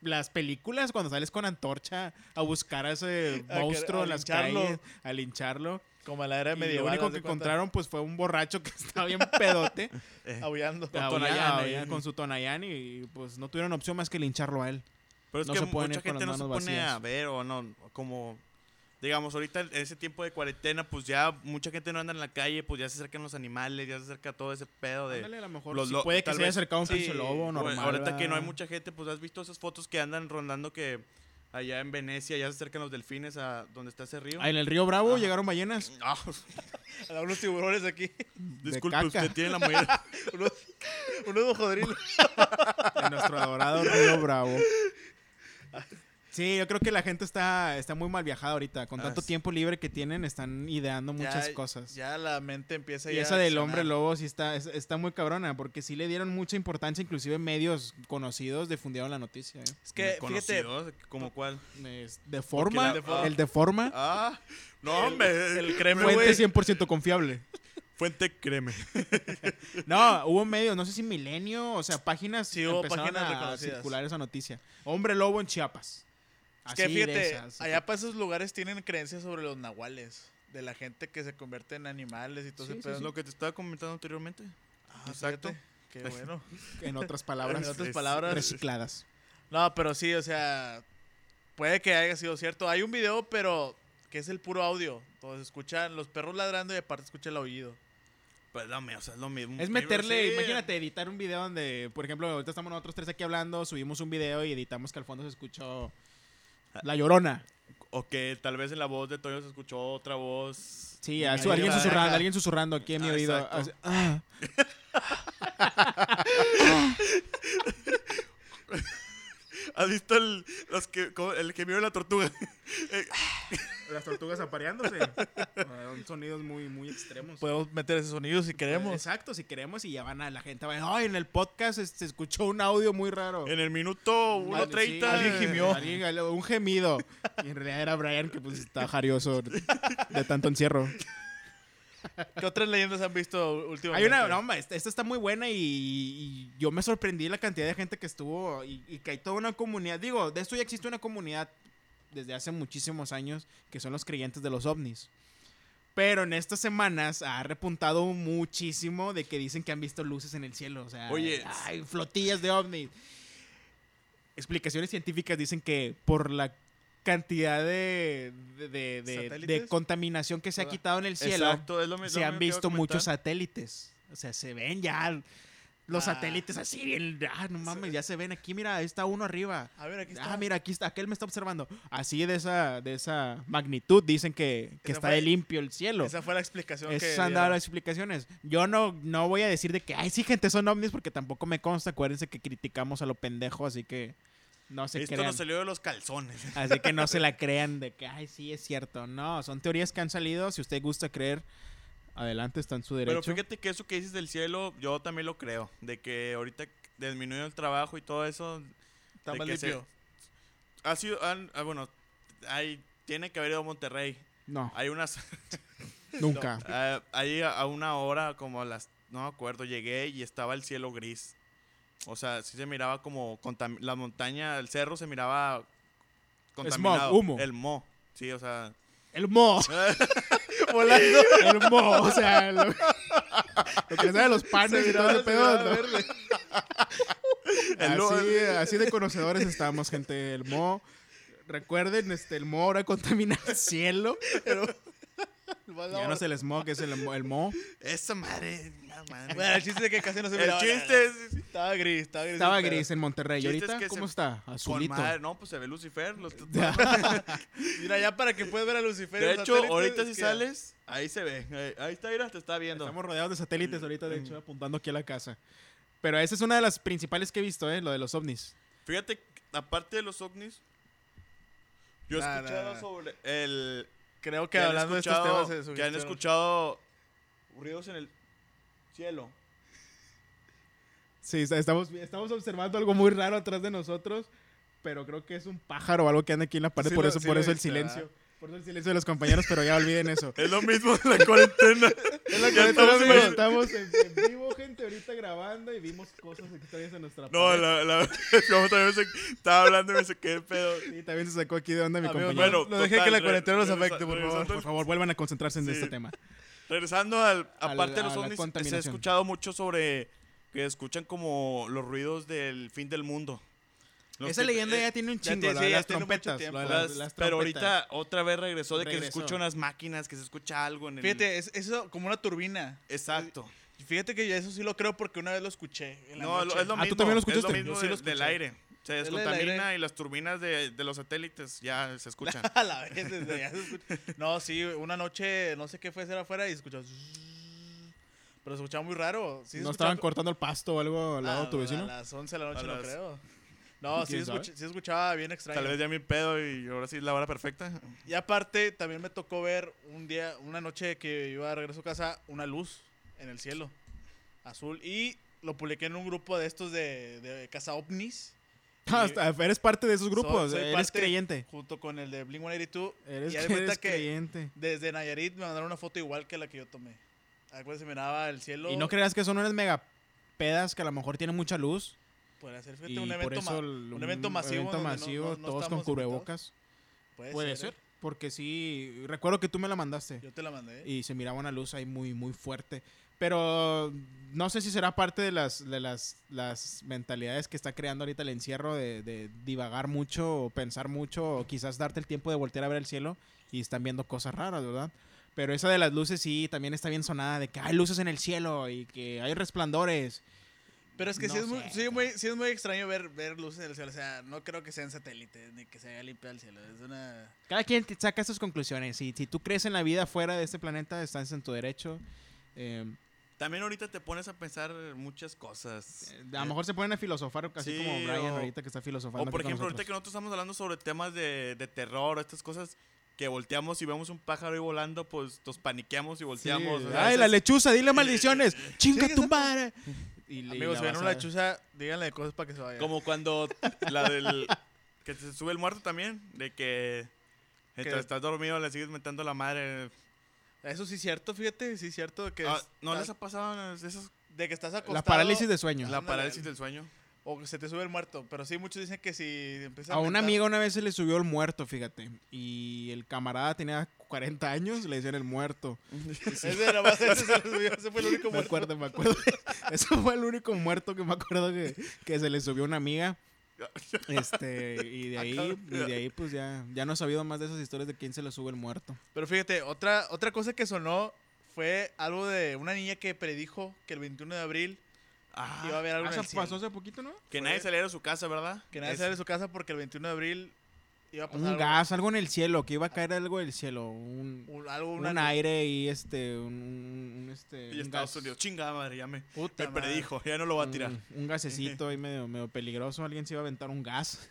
Speaker 1: Las películas, cuando sales con antorcha a buscar a ese
Speaker 3: A que-
Speaker 1: monstruo
Speaker 3: a
Speaker 1: en las
Speaker 3: lincharlo.
Speaker 1: calles, a lincharlo.
Speaker 3: Como en la era
Speaker 1: Y lo
Speaker 3: medieval.
Speaker 1: único
Speaker 3: haz
Speaker 1: que
Speaker 3: de cuenta,
Speaker 1: encontraron pues fue un borracho que estaba bien pedote
Speaker 2: Eh.
Speaker 3: Aullando.
Speaker 1: Ah,
Speaker 2: Tonayán,
Speaker 1: ya,
Speaker 2: ahí.
Speaker 1: ya, con su Tonayán y pues no tuvieron opción más que lincharlo a él.
Speaker 2: Pero es
Speaker 1: No
Speaker 2: que
Speaker 1: se pueden
Speaker 2: mucha
Speaker 1: ir con
Speaker 2: gente no
Speaker 1: las
Speaker 2: se
Speaker 1: manos
Speaker 2: pone
Speaker 1: vacías.
Speaker 2: a ver o no, como digamos, ahorita en ese tiempo de cuarentena, pues ya mucha gente no anda en la calle, pues ya se acercan los animales, ya se acerca todo ese pedo de...
Speaker 1: Ándale, a lo mejor
Speaker 2: los
Speaker 1: sí
Speaker 2: lo-
Speaker 1: puede que
Speaker 2: tal
Speaker 1: se haya
Speaker 2: vez-
Speaker 1: acercado un
Speaker 2: sí,
Speaker 1: pinche lobo
Speaker 2: bueno,
Speaker 1: normal.
Speaker 2: Ahorita
Speaker 1: ¿verdad?
Speaker 2: que no hay mucha gente, pues has visto esas fotos que andan rondando que allá en Venecia ya se acercan los delfines a donde está ese río.
Speaker 1: Ah, en el río Bravo
Speaker 2: Ajá.
Speaker 1: llegaron ballenas.
Speaker 2: Ah,
Speaker 3: unos tiburones aquí.
Speaker 1: de
Speaker 2: disculpe,
Speaker 1: caca
Speaker 2: usted tiene la mayor...
Speaker 3: Unos, unos bojodrilos.
Speaker 1: En nuestro adorado río Bravo. Sí, yo creo que la gente está, está muy mal viajada ahorita. Con
Speaker 2: Ah,
Speaker 1: tanto
Speaker 2: sí.
Speaker 1: tiempo libre que tienen, están ideando muchas
Speaker 3: Ya-
Speaker 1: cosas.
Speaker 3: Ya la mente empieza
Speaker 1: y
Speaker 3: ya a
Speaker 1: esa del
Speaker 3: accionar.
Speaker 1: hombre lobo sí está, es- está muy cabrona, porque sí le dieron mucha importancia, inclusive medios conocidos difundieron la noticia. ¿eh.
Speaker 3: Es que, fíjate,
Speaker 2: Conocidos, ¿Como cuál?
Speaker 1: Es De forma,
Speaker 2: la- ah.
Speaker 1: el de forma,
Speaker 2: Ah, no, hombre.
Speaker 3: el creme,
Speaker 2: Fuente-
Speaker 1: fuente
Speaker 3: güey.
Speaker 1: 100% confiable.
Speaker 2: Fuente creme.
Speaker 1: No, hubo medios, no sé si Milenio, o sea, páginas
Speaker 3: Sí, hubo
Speaker 1: empezaron
Speaker 3: páginas
Speaker 1: a
Speaker 3: reconocidas.
Speaker 1: circular esa noticia. Hombre lobo en Chiapas.
Speaker 3: Es que
Speaker 1: Así de
Speaker 3: fíjate,
Speaker 1: esas.
Speaker 3: allá para esos lugares tienen creencias sobre los nahuales. De la gente que se convierte en animales y todo
Speaker 1: Sí,
Speaker 3: ese
Speaker 1: sí,
Speaker 3: pedo.
Speaker 1: sí.
Speaker 2: Lo que te estaba comentando anteriormente.
Speaker 3: Ah,
Speaker 2: Exacto.
Speaker 3: fíjate, Qué bueno.
Speaker 1: en otras
Speaker 3: En
Speaker 1: palabras,
Speaker 3: otras
Speaker 2: es-
Speaker 3: palabras.
Speaker 1: recicladas.
Speaker 3: No, pero sí, o sea, puede que haya sido cierto. Hay un video, pero que es el puro audio. Entonces escuchan los perros ladrando y aparte escucha el aullido.
Speaker 2: Pues dame, o sea, es lo mismo.
Speaker 1: Es meterle,
Speaker 2: Sí.
Speaker 1: imagínate, editar un video donde, por ejemplo, ahorita estamos nosotros tres aquí hablando, subimos un video y editamos que al fondo se escuchó La Llorona.
Speaker 2: O que tal vez en la voz de Toño se escuchó otra voz.
Speaker 1: Sí, a su-
Speaker 3: Ahí
Speaker 1: alguien
Speaker 3: va.
Speaker 1: susurrando, alguien susurrando aquí en mi
Speaker 2: Ah,
Speaker 1: oído.
Speaker 2: exacto.
Speaker 1: Ah.
Speaker 2: ¿Has visto el, los que, como el gemido de la tortuga?
Speaker 1: Las tortugas apareándose. Son sonidos muy, muy extremos.
Speaker 3: Podemos meter ese sonido si Pues, queremos.
Speaker 1: Exacto, si queremos y ya van a la gente. Va, Ay, en el podcast es- se escuchó un audio muy raro.
Speaker 2: En el minuto
Speaker 1: Vale,
Speaker 2: 1.30.
Speaker 1: sí,
Speaker 3: alguien gimió.
Speaker 1: alguien- un gemido. Y en realidad era Brian que pues está jarioso de tanto encierro.
Speaker 3: ¿Qué otras leyendas han visto
Speaker 1: Hay
Speaker 3: últimamente?
Speaker 1: una broma, esta, esta está muy buena y, y yo me sorprendí la cantidad de gente que estuvo y, y que hay toda una comunidad. Digo, de esto ya existe una comunidad desde hace muchísimos años que son los creyentes de los ovnis. Pero en estas semanas ha repuntado muchísimo de que dicen que han visto luces en el cielo. O sea,
Speaker 2: Oye,
Speaker 1: hay flotillas de ovnis. Explicaciones científicas dicen que por la cantidad de, de- de- de-
Speaker 3: ¿Satélites?
Speaker 1: de contaminación que se ha
Speaker 3: Ah,
Speaker 1: quitado en el cielo
Speaker 2: Exacto, es lo mi-
Speaker 1: se
Speaker 2: lo
Speaker 1: han
Speaker 2: mismo que iba a
Speaker 1: visto muchos
Speaker 2: comentar.
Speaker 1: satélites. O sea, se ven ya los
Speaker 3: Ah.
Speaker 1: satélites así bien. Ah, no mames, ya se ven aquí. Mira, ahí está uno arriba.
Speaker 3: A ver, aquí está.
Speaker 1: Ah, mira, aquí está. Aquel me está observando. Así de esa, de esa magnitud dicen que, que
Speaker 3: Esa
Speaker 1: está
Speaker 3: fue-
Speaker 1: de limpio el cielo.
Speaker 3: Esa fue la explicación que
Speaker 1: Esas han dado
Speaker 3: dieron.
Speaker 1: las explicaciones. Yo no, no voy a decir de que, ay, sí, gente, son ovnis, porque tampoco me consta. Acuérdense que criticamos a lo pendejo, así que no se
Speaker 2: Esto
Speaker 1: crean.
Speaker 2: nos salió de los calzones.
Speaker 1: Así que no se la crean de que, ay, sí, es cierto. No, son teorías que han salido. Si usted gusta creer, adelante, está en su derecho.
Speaker 2: Pero fíjate que eso que dices del cielo, yo también lo creo. De que ahorita disminuye el trabajo y todo eso.
Speaker 3: Está
Speaker 2: de
Speaker 3: más
Speaker 2: que se-
Speaker 3: limpio.
Speaker 2: Ha sido. han- ah, bueno, hay, tiene que haber ido a Monterrey.
Speaker 1: No,
Speaker 2: Hay unas.
Speaker 1: nunca.
Speaker 2: Ah, ahí a, a una hora, como a las. No me acuerdo, llegué y estaba el cielo gris. O sea, sí se miraba como. contam- La montaña, el cerro se miraba. Contaminado.
Speaker 1: humo.
Speaker 2: El mo. Sí, o sea.
Speaker 1: El mo. Volando. El mo. O sea, lo, lo que sea de los
Speaker 3: Ah,
Speaker 1: panes y todo el pedo. ¿no?
Speaker 2: El lo-
Speaker 1: Así, así de conocedores estamos, gente. El mo. Recuerden, este, el mo ahora contamina el cielo. Ya no es el smog, es el, mo- el mo.
Speaker 2: Esa madre. la madre.
Speaker 3: Bueno, el chiste es que casi no se
Speaker 2: el
Speaker 3: miraba.
Speaker 2: chiste es.
Speaker 3: Estaba gris, estaba gris.
Speaker 1: Estaba
Speaker 3: el pedo.
Speaker 1: gris en Monterrey. ¿Y
Speaker 2: Chistes
Speaker 1: ahorita
Speaker 2: que
Speaker 1: cómo
Speaker 2: se-
Speaker 1: está?
Speaker 2: Con
Speaker 1: Azulito.
Speaker 2: madre, no, pues se ve Lucifer. los-
Speaker 3: Mira, ya para que puedas ver a Lucifer.
Speaker 2: de
Speaker 3: los
Speaker 2: hecho,
Speaker 3: satélites,
Speaker 2: ahorita si
Speaker 3: que-
Speaker 2: sales, ahí se ve. Ahí, ahí está, mira, te está viendo.
Speaker 1: Estamos rodeados de satélites ahorita, de hecho, apuntando aquí a la casa. Pero esa es una de las principales que he visto, ¿eh? Lo de los ovnis.
Speaker 2: Fíjate, aparte de los ovnis, yo he
Speaker 3: Nah, nah,
Speaker 2: escuchado
Speaker 3: nah.
Speaker 2: sobre el.
Speaker 3: Creo que
Speaker 2: han
Speaker 3: hablando de estos
Speaker 2: escuchado-
Speaker 3: temas se
Speaker 2: Que han
Speaker 3: sugestionan.
Speaker 2: escuchado ruidos en el cielo.
Speaker 1: Sí, está- estamos, estamos observando algo muy raro atrás de nosotros, pero creo que es un pájaro o algo que anda aquí en la pared,
Speaker 3: Sí
Speaker 1: por
Speaker 3: lo-
Speaker 1: eso,
Speaker 3: sí
Speaker 1: por
Speaker 3: lo
Speaker 1: eso el
Speaker 3: viste,
Speaker 1: silencio.
Speaker 3: ¿verdad?
Speaker 1: Por eso el silencio de los compañeros, pero ya olviden eso.
Speaker 2: Es lo mismo en la cuarentena.
Speaker 1: Es la
Speaker 2: Ya
Speaker 1: cuarentena,
Speaker 2: estamos
Speaker 1: pero
Speaker 2: en-
Speaker 1: estamos en, en vivo, gente, ahorita grabando y vimos cosas extrañas en nuestra
Speaker 2: No,
Speaker 3: eh.
Speaker 1: pared.
Speaker 2: la, la, yo también me se- estaba hablando y me saqué el pedo.
Speaker 1: Sí, también se sacó aquí de onda mi
Speaker 3: Amigos,
Speaker 1: compañero.
Speaker 2: bueno,
Speaker 3: no deje
Speaker 2: total,
Speaker 3: que la
Speaker 2: re-
Speaker 3: cuarentena nos
Speaker 2: regresa-
Speaker 3: afecte, por favor.
Speaker 2: regresando
Speaker 1: Por favor, vuelvan a concentrarse en
Speaker 2: Sí.
Speaker 1: este tema.
Speaker 2: Regresando al,
Speaker 1: Al-
Speaker 2: aparte de
Speaker 1: a
Speaker 2: los
Speaker 1: la
Speaker 2: ovnis, se ha
Speaker 1: contaminación.
Speaker 2: escuchado mucho sobre que escuchan como los ruidos del fin del mundo. Los
Speaker 1: Esa
Speaker 2: tip-
Speaker 1: leyenda
Speaker 2: eh,
Speaker 1: ya tiene un
Speaker 3: ya
Speaker 1: chingo,
Speaker 3: tiene-
Speaker 1: la
Speaker 3: sí,
Speaker 1: de
Speaker 3: ya
Speaker 1: las
Speaker 3: tiene mucho
Speaker 1: trompetas.
Speaker 3: tiempo.
Speaker 1: la de
Speaker 2: las-
Speaker 1: las- las
Speaker 2: pero
Speaker 1: trompetas.
Speaker 2: ahorita otra vez regresó de que se
Speaker 1: Regresó.
Speaker 2: escuchan unas máquinas, que se escucha algo en el...
Speaker 3: Fíjate, es eso como una turbina.
Speaker 2: Exacto.
Speaker 3: Fíjate que yo eso sí lo creo porque una vez lo escuché. en la
Speaker 2: No, lo-
Speaker 3: noche.
Speaker 2: es lo
Speaker 1: Ah,
Speaker 2: mismo.
Speaker 1: ¿tú también lo escuchaste?
Speaker 2: Es lo mismo
Speaker 3: Yo sí lo
Speaker 2: de- del
Speaker 3: escuché.
Speaker 2: aire. Se
Speaker 3: Es lo del
Speaker 2: descontamina
Speaker 3: aire.
Speaker 2: y las turbinas de, de los satélites ya se escuchan.
Speaker 3: A la vez, desde allá se escucha. No, sí, una noche, no sé qué fue hacer afuera y escuchaba. zzzz, Pero se escuchaba muy raro. Sí, se
Speaker 1: ¿No
Speaker 3: escuchaba
Speaker 1: estaban cortando el pasto o algo al lado
Speaker 3: Ah,
Speaker 1: de tu vecino?
Speaker 3: A las 11 de la
Speaker 2: A
Speaker 3: noche, no
Speaker 2: las-
Speaker 3: creo. No, sí,
Speaker 1: ¿Quién sabe?
Speaker 3: escuché- sí escuchaba bien extraño.
Speaker 2: Tal vez ya mi pedo y ahora sí la hora perfecta.
Speaker 3: Y aparte, también me tocó ver un día, una noche que iba de regreso a casa, una luz en el cielo, azul. Y lo publiqué en un grupo de estos de, de Casa OVNIs.
Speaker 1: Ah, hasta- eres parte de esos grupos,
Speaker 3: soy
Speaker 1: eres
Speaker 3: parte-
Speaker 1: creyente.
Speaker 3: junto con el de Blink-182.
Speaker 1: Eres,
Speaker 3: y haz de cuenta
Speaker 1: eres
Speaker 3: que
Speaker 1: creyente.
Speaker 3: desde Nayarit me mandaron una foto igual que la que yo tomé. Acuérdate, se miraba el cielo.
Speaker 1: Y no creas que son unas mega pedas que a lo mejor tienen mucha luz.
Speaker 3: Podría ser, fíjate,
Speaker 1: Y
Speaker 3: un
Speaker 1: por
Speaker 3: evento,
Speaker 1: eso
Speaker 3: ma-
Speaker 1: el-
Speaker 3: un evento masivo.
Speaker 1: evento
Speaker 3: donde no-
Speaker 1: masivo,
Speaker 3: no- no
Speaker 1: todos con
Speaker 3: estábamos invitados.
Speaker 1: cubrebocas. Puede ser. Porque sí, recuerdo que tú me la mandaste.
Speaker 3: ¿eh? Yo te la mandé.
Speaker 1: y se miraba una luz ahí muy, muy fuerte. Pero no sé si será parte de las, de las, las mentalidades que está creando ahorita el encierro de, de divagar mucho o pensar mucho o quizás darte el tiempo de voltear a ver el cielo y están viendo cosas raras, ¿verdad? Pero esa de las luces sí, también está bien sonada de que hay luces en el cielo y que hay resplandores.
Speaker 3: Pero es que sí,
Speaker 1: No
Speaker 3: es muy,
Speaker 1: sé,
Speaker 3: sí, muy, sí es muy extraño ver, ver luces en el cielo. O sea, no creo que sean satélites ni que se haya limpiado el cielo. Es una.
Speaker 1: Cada quien te saca sus conclusiones y si tú crees en la vida fuera de este planeta, estás en tu derecho. Eh,
Speaker 2: También ahorita te pones a pensar muchas cosas.
Speaker 1: Eh, a lo mejor se ponen a filosofar, casi
Speaker 2: Eh, Sí,
Speaker 1: como Brian
Speaker 2: o-
Speaker 1: ahorita que está filosofando.
Speaker 2: O por
Speaker 1: aquí con
Speaker 2: ejemplo,
Speaker 1: nosotros.
Speaker 2: ahorita que nosotros estamos hablando sobre temas de, de terror, estas cosas que volteamos y vemos un pájaro ahí volando, pues nos paniqueamos y
Speaker 1: Sí,
Speaker 2: volteamos. o sea,
Speaker 1: Ay,
Speaker 2: esas-
Speaker 1: la lechuza, dile maldiciones. Chinga
Speaker 3: Sí,
Speaker 1: tu
Speaker 3: exacto.
Speaker 1: madre. Y, le-
Speaker 3: Amigos,
Speaker 1: la
Speaker 3: si ven
Speaker 1: vas
Speaker 3: una
Speaker 1: a-
Speaker 3: chuza, díganle cosas para que se vaya.
Speaker 2: Como cuando la del que se sube el muerto también, de que mientras
Speaker 3: Que-
Speaker 2: estás dormido le sigues metiendo la madre.
Speaker 3: Eso sí es cierto, fíjate, sí es cierto que
Speaker 2: Ah,
Speaker 3: es-
Speaker 2: ¿No les
Speaker 3: estás-
Speaker 2: ha pasado esas,
Speaker 3: de que estás acostado.
Speaker 1: La parálisis de sueño.
Speaker 2: la
Speaker 3: Ándale.
Speaker 2: parálisis del sueño?
Speaker 3: o que se te sube el muerto, pero sí muchos dicen que si empiezas
Speaker 1: A un amigo una vez se le subió el muerto, fíjate. Y el camarada tenía 40 años, le decían el muerto.
Speaker 3: Ese, era más, ese, se le subió, ese fue el único
Speaker 1: Me
Speaker 3: muerto.
Speaker 1: acuerdo, me acuerdo. Ese fue el único muerto que me acuerdo que, que se le subió una amiga. Este, y de ahí, y de ahí pues ya, ya no he sabido más de esas historias de quién se le sube el muerto.
Speaker 3: Pero fíjate, otra, otra cosa que sonó fue algo de una niña que predijo que el 21 de abril
Speaker 2: Ah,
Speaker 3: iba a haber algo en
Speaker 1: Eso
Speaker 3: el cielo.
Speaker 1: pasó hace poquito, ¿no?
Speaker 2: que
Speaker 3: fue-
Speaker 2: nadie saliera de su casa, ¿verdad?
Speaker 3: Que nadie
Speaker 2: Es-
Speaker 3: sale de su casa porque el 21 de abril iba a pasar
Speaker 1: Un
Speaker 3: algo.
Speaker 1: gas, algo en el cielo, que iba a caer algo del cielo. Un,
Speaker 3: Un- algo,
Speaker 1: un
Speaker 3: una luz.
Speaker 1: aire y este un, un- un, este
Speaker 2: Y
Speaker 1: un
Speaker 2: Estados
Speaker 1: gas.
Speaker 2: Unidos, chingada madre, ya me,
Speaker 3: Puta
Speaker 2: me
Speaker 3: madre.
Speaker 2: predijo, ya no lo va a tirar.
Speaker 1: un, un gasecito ahí medio, medio peligroso alguien se iba a aventar un gas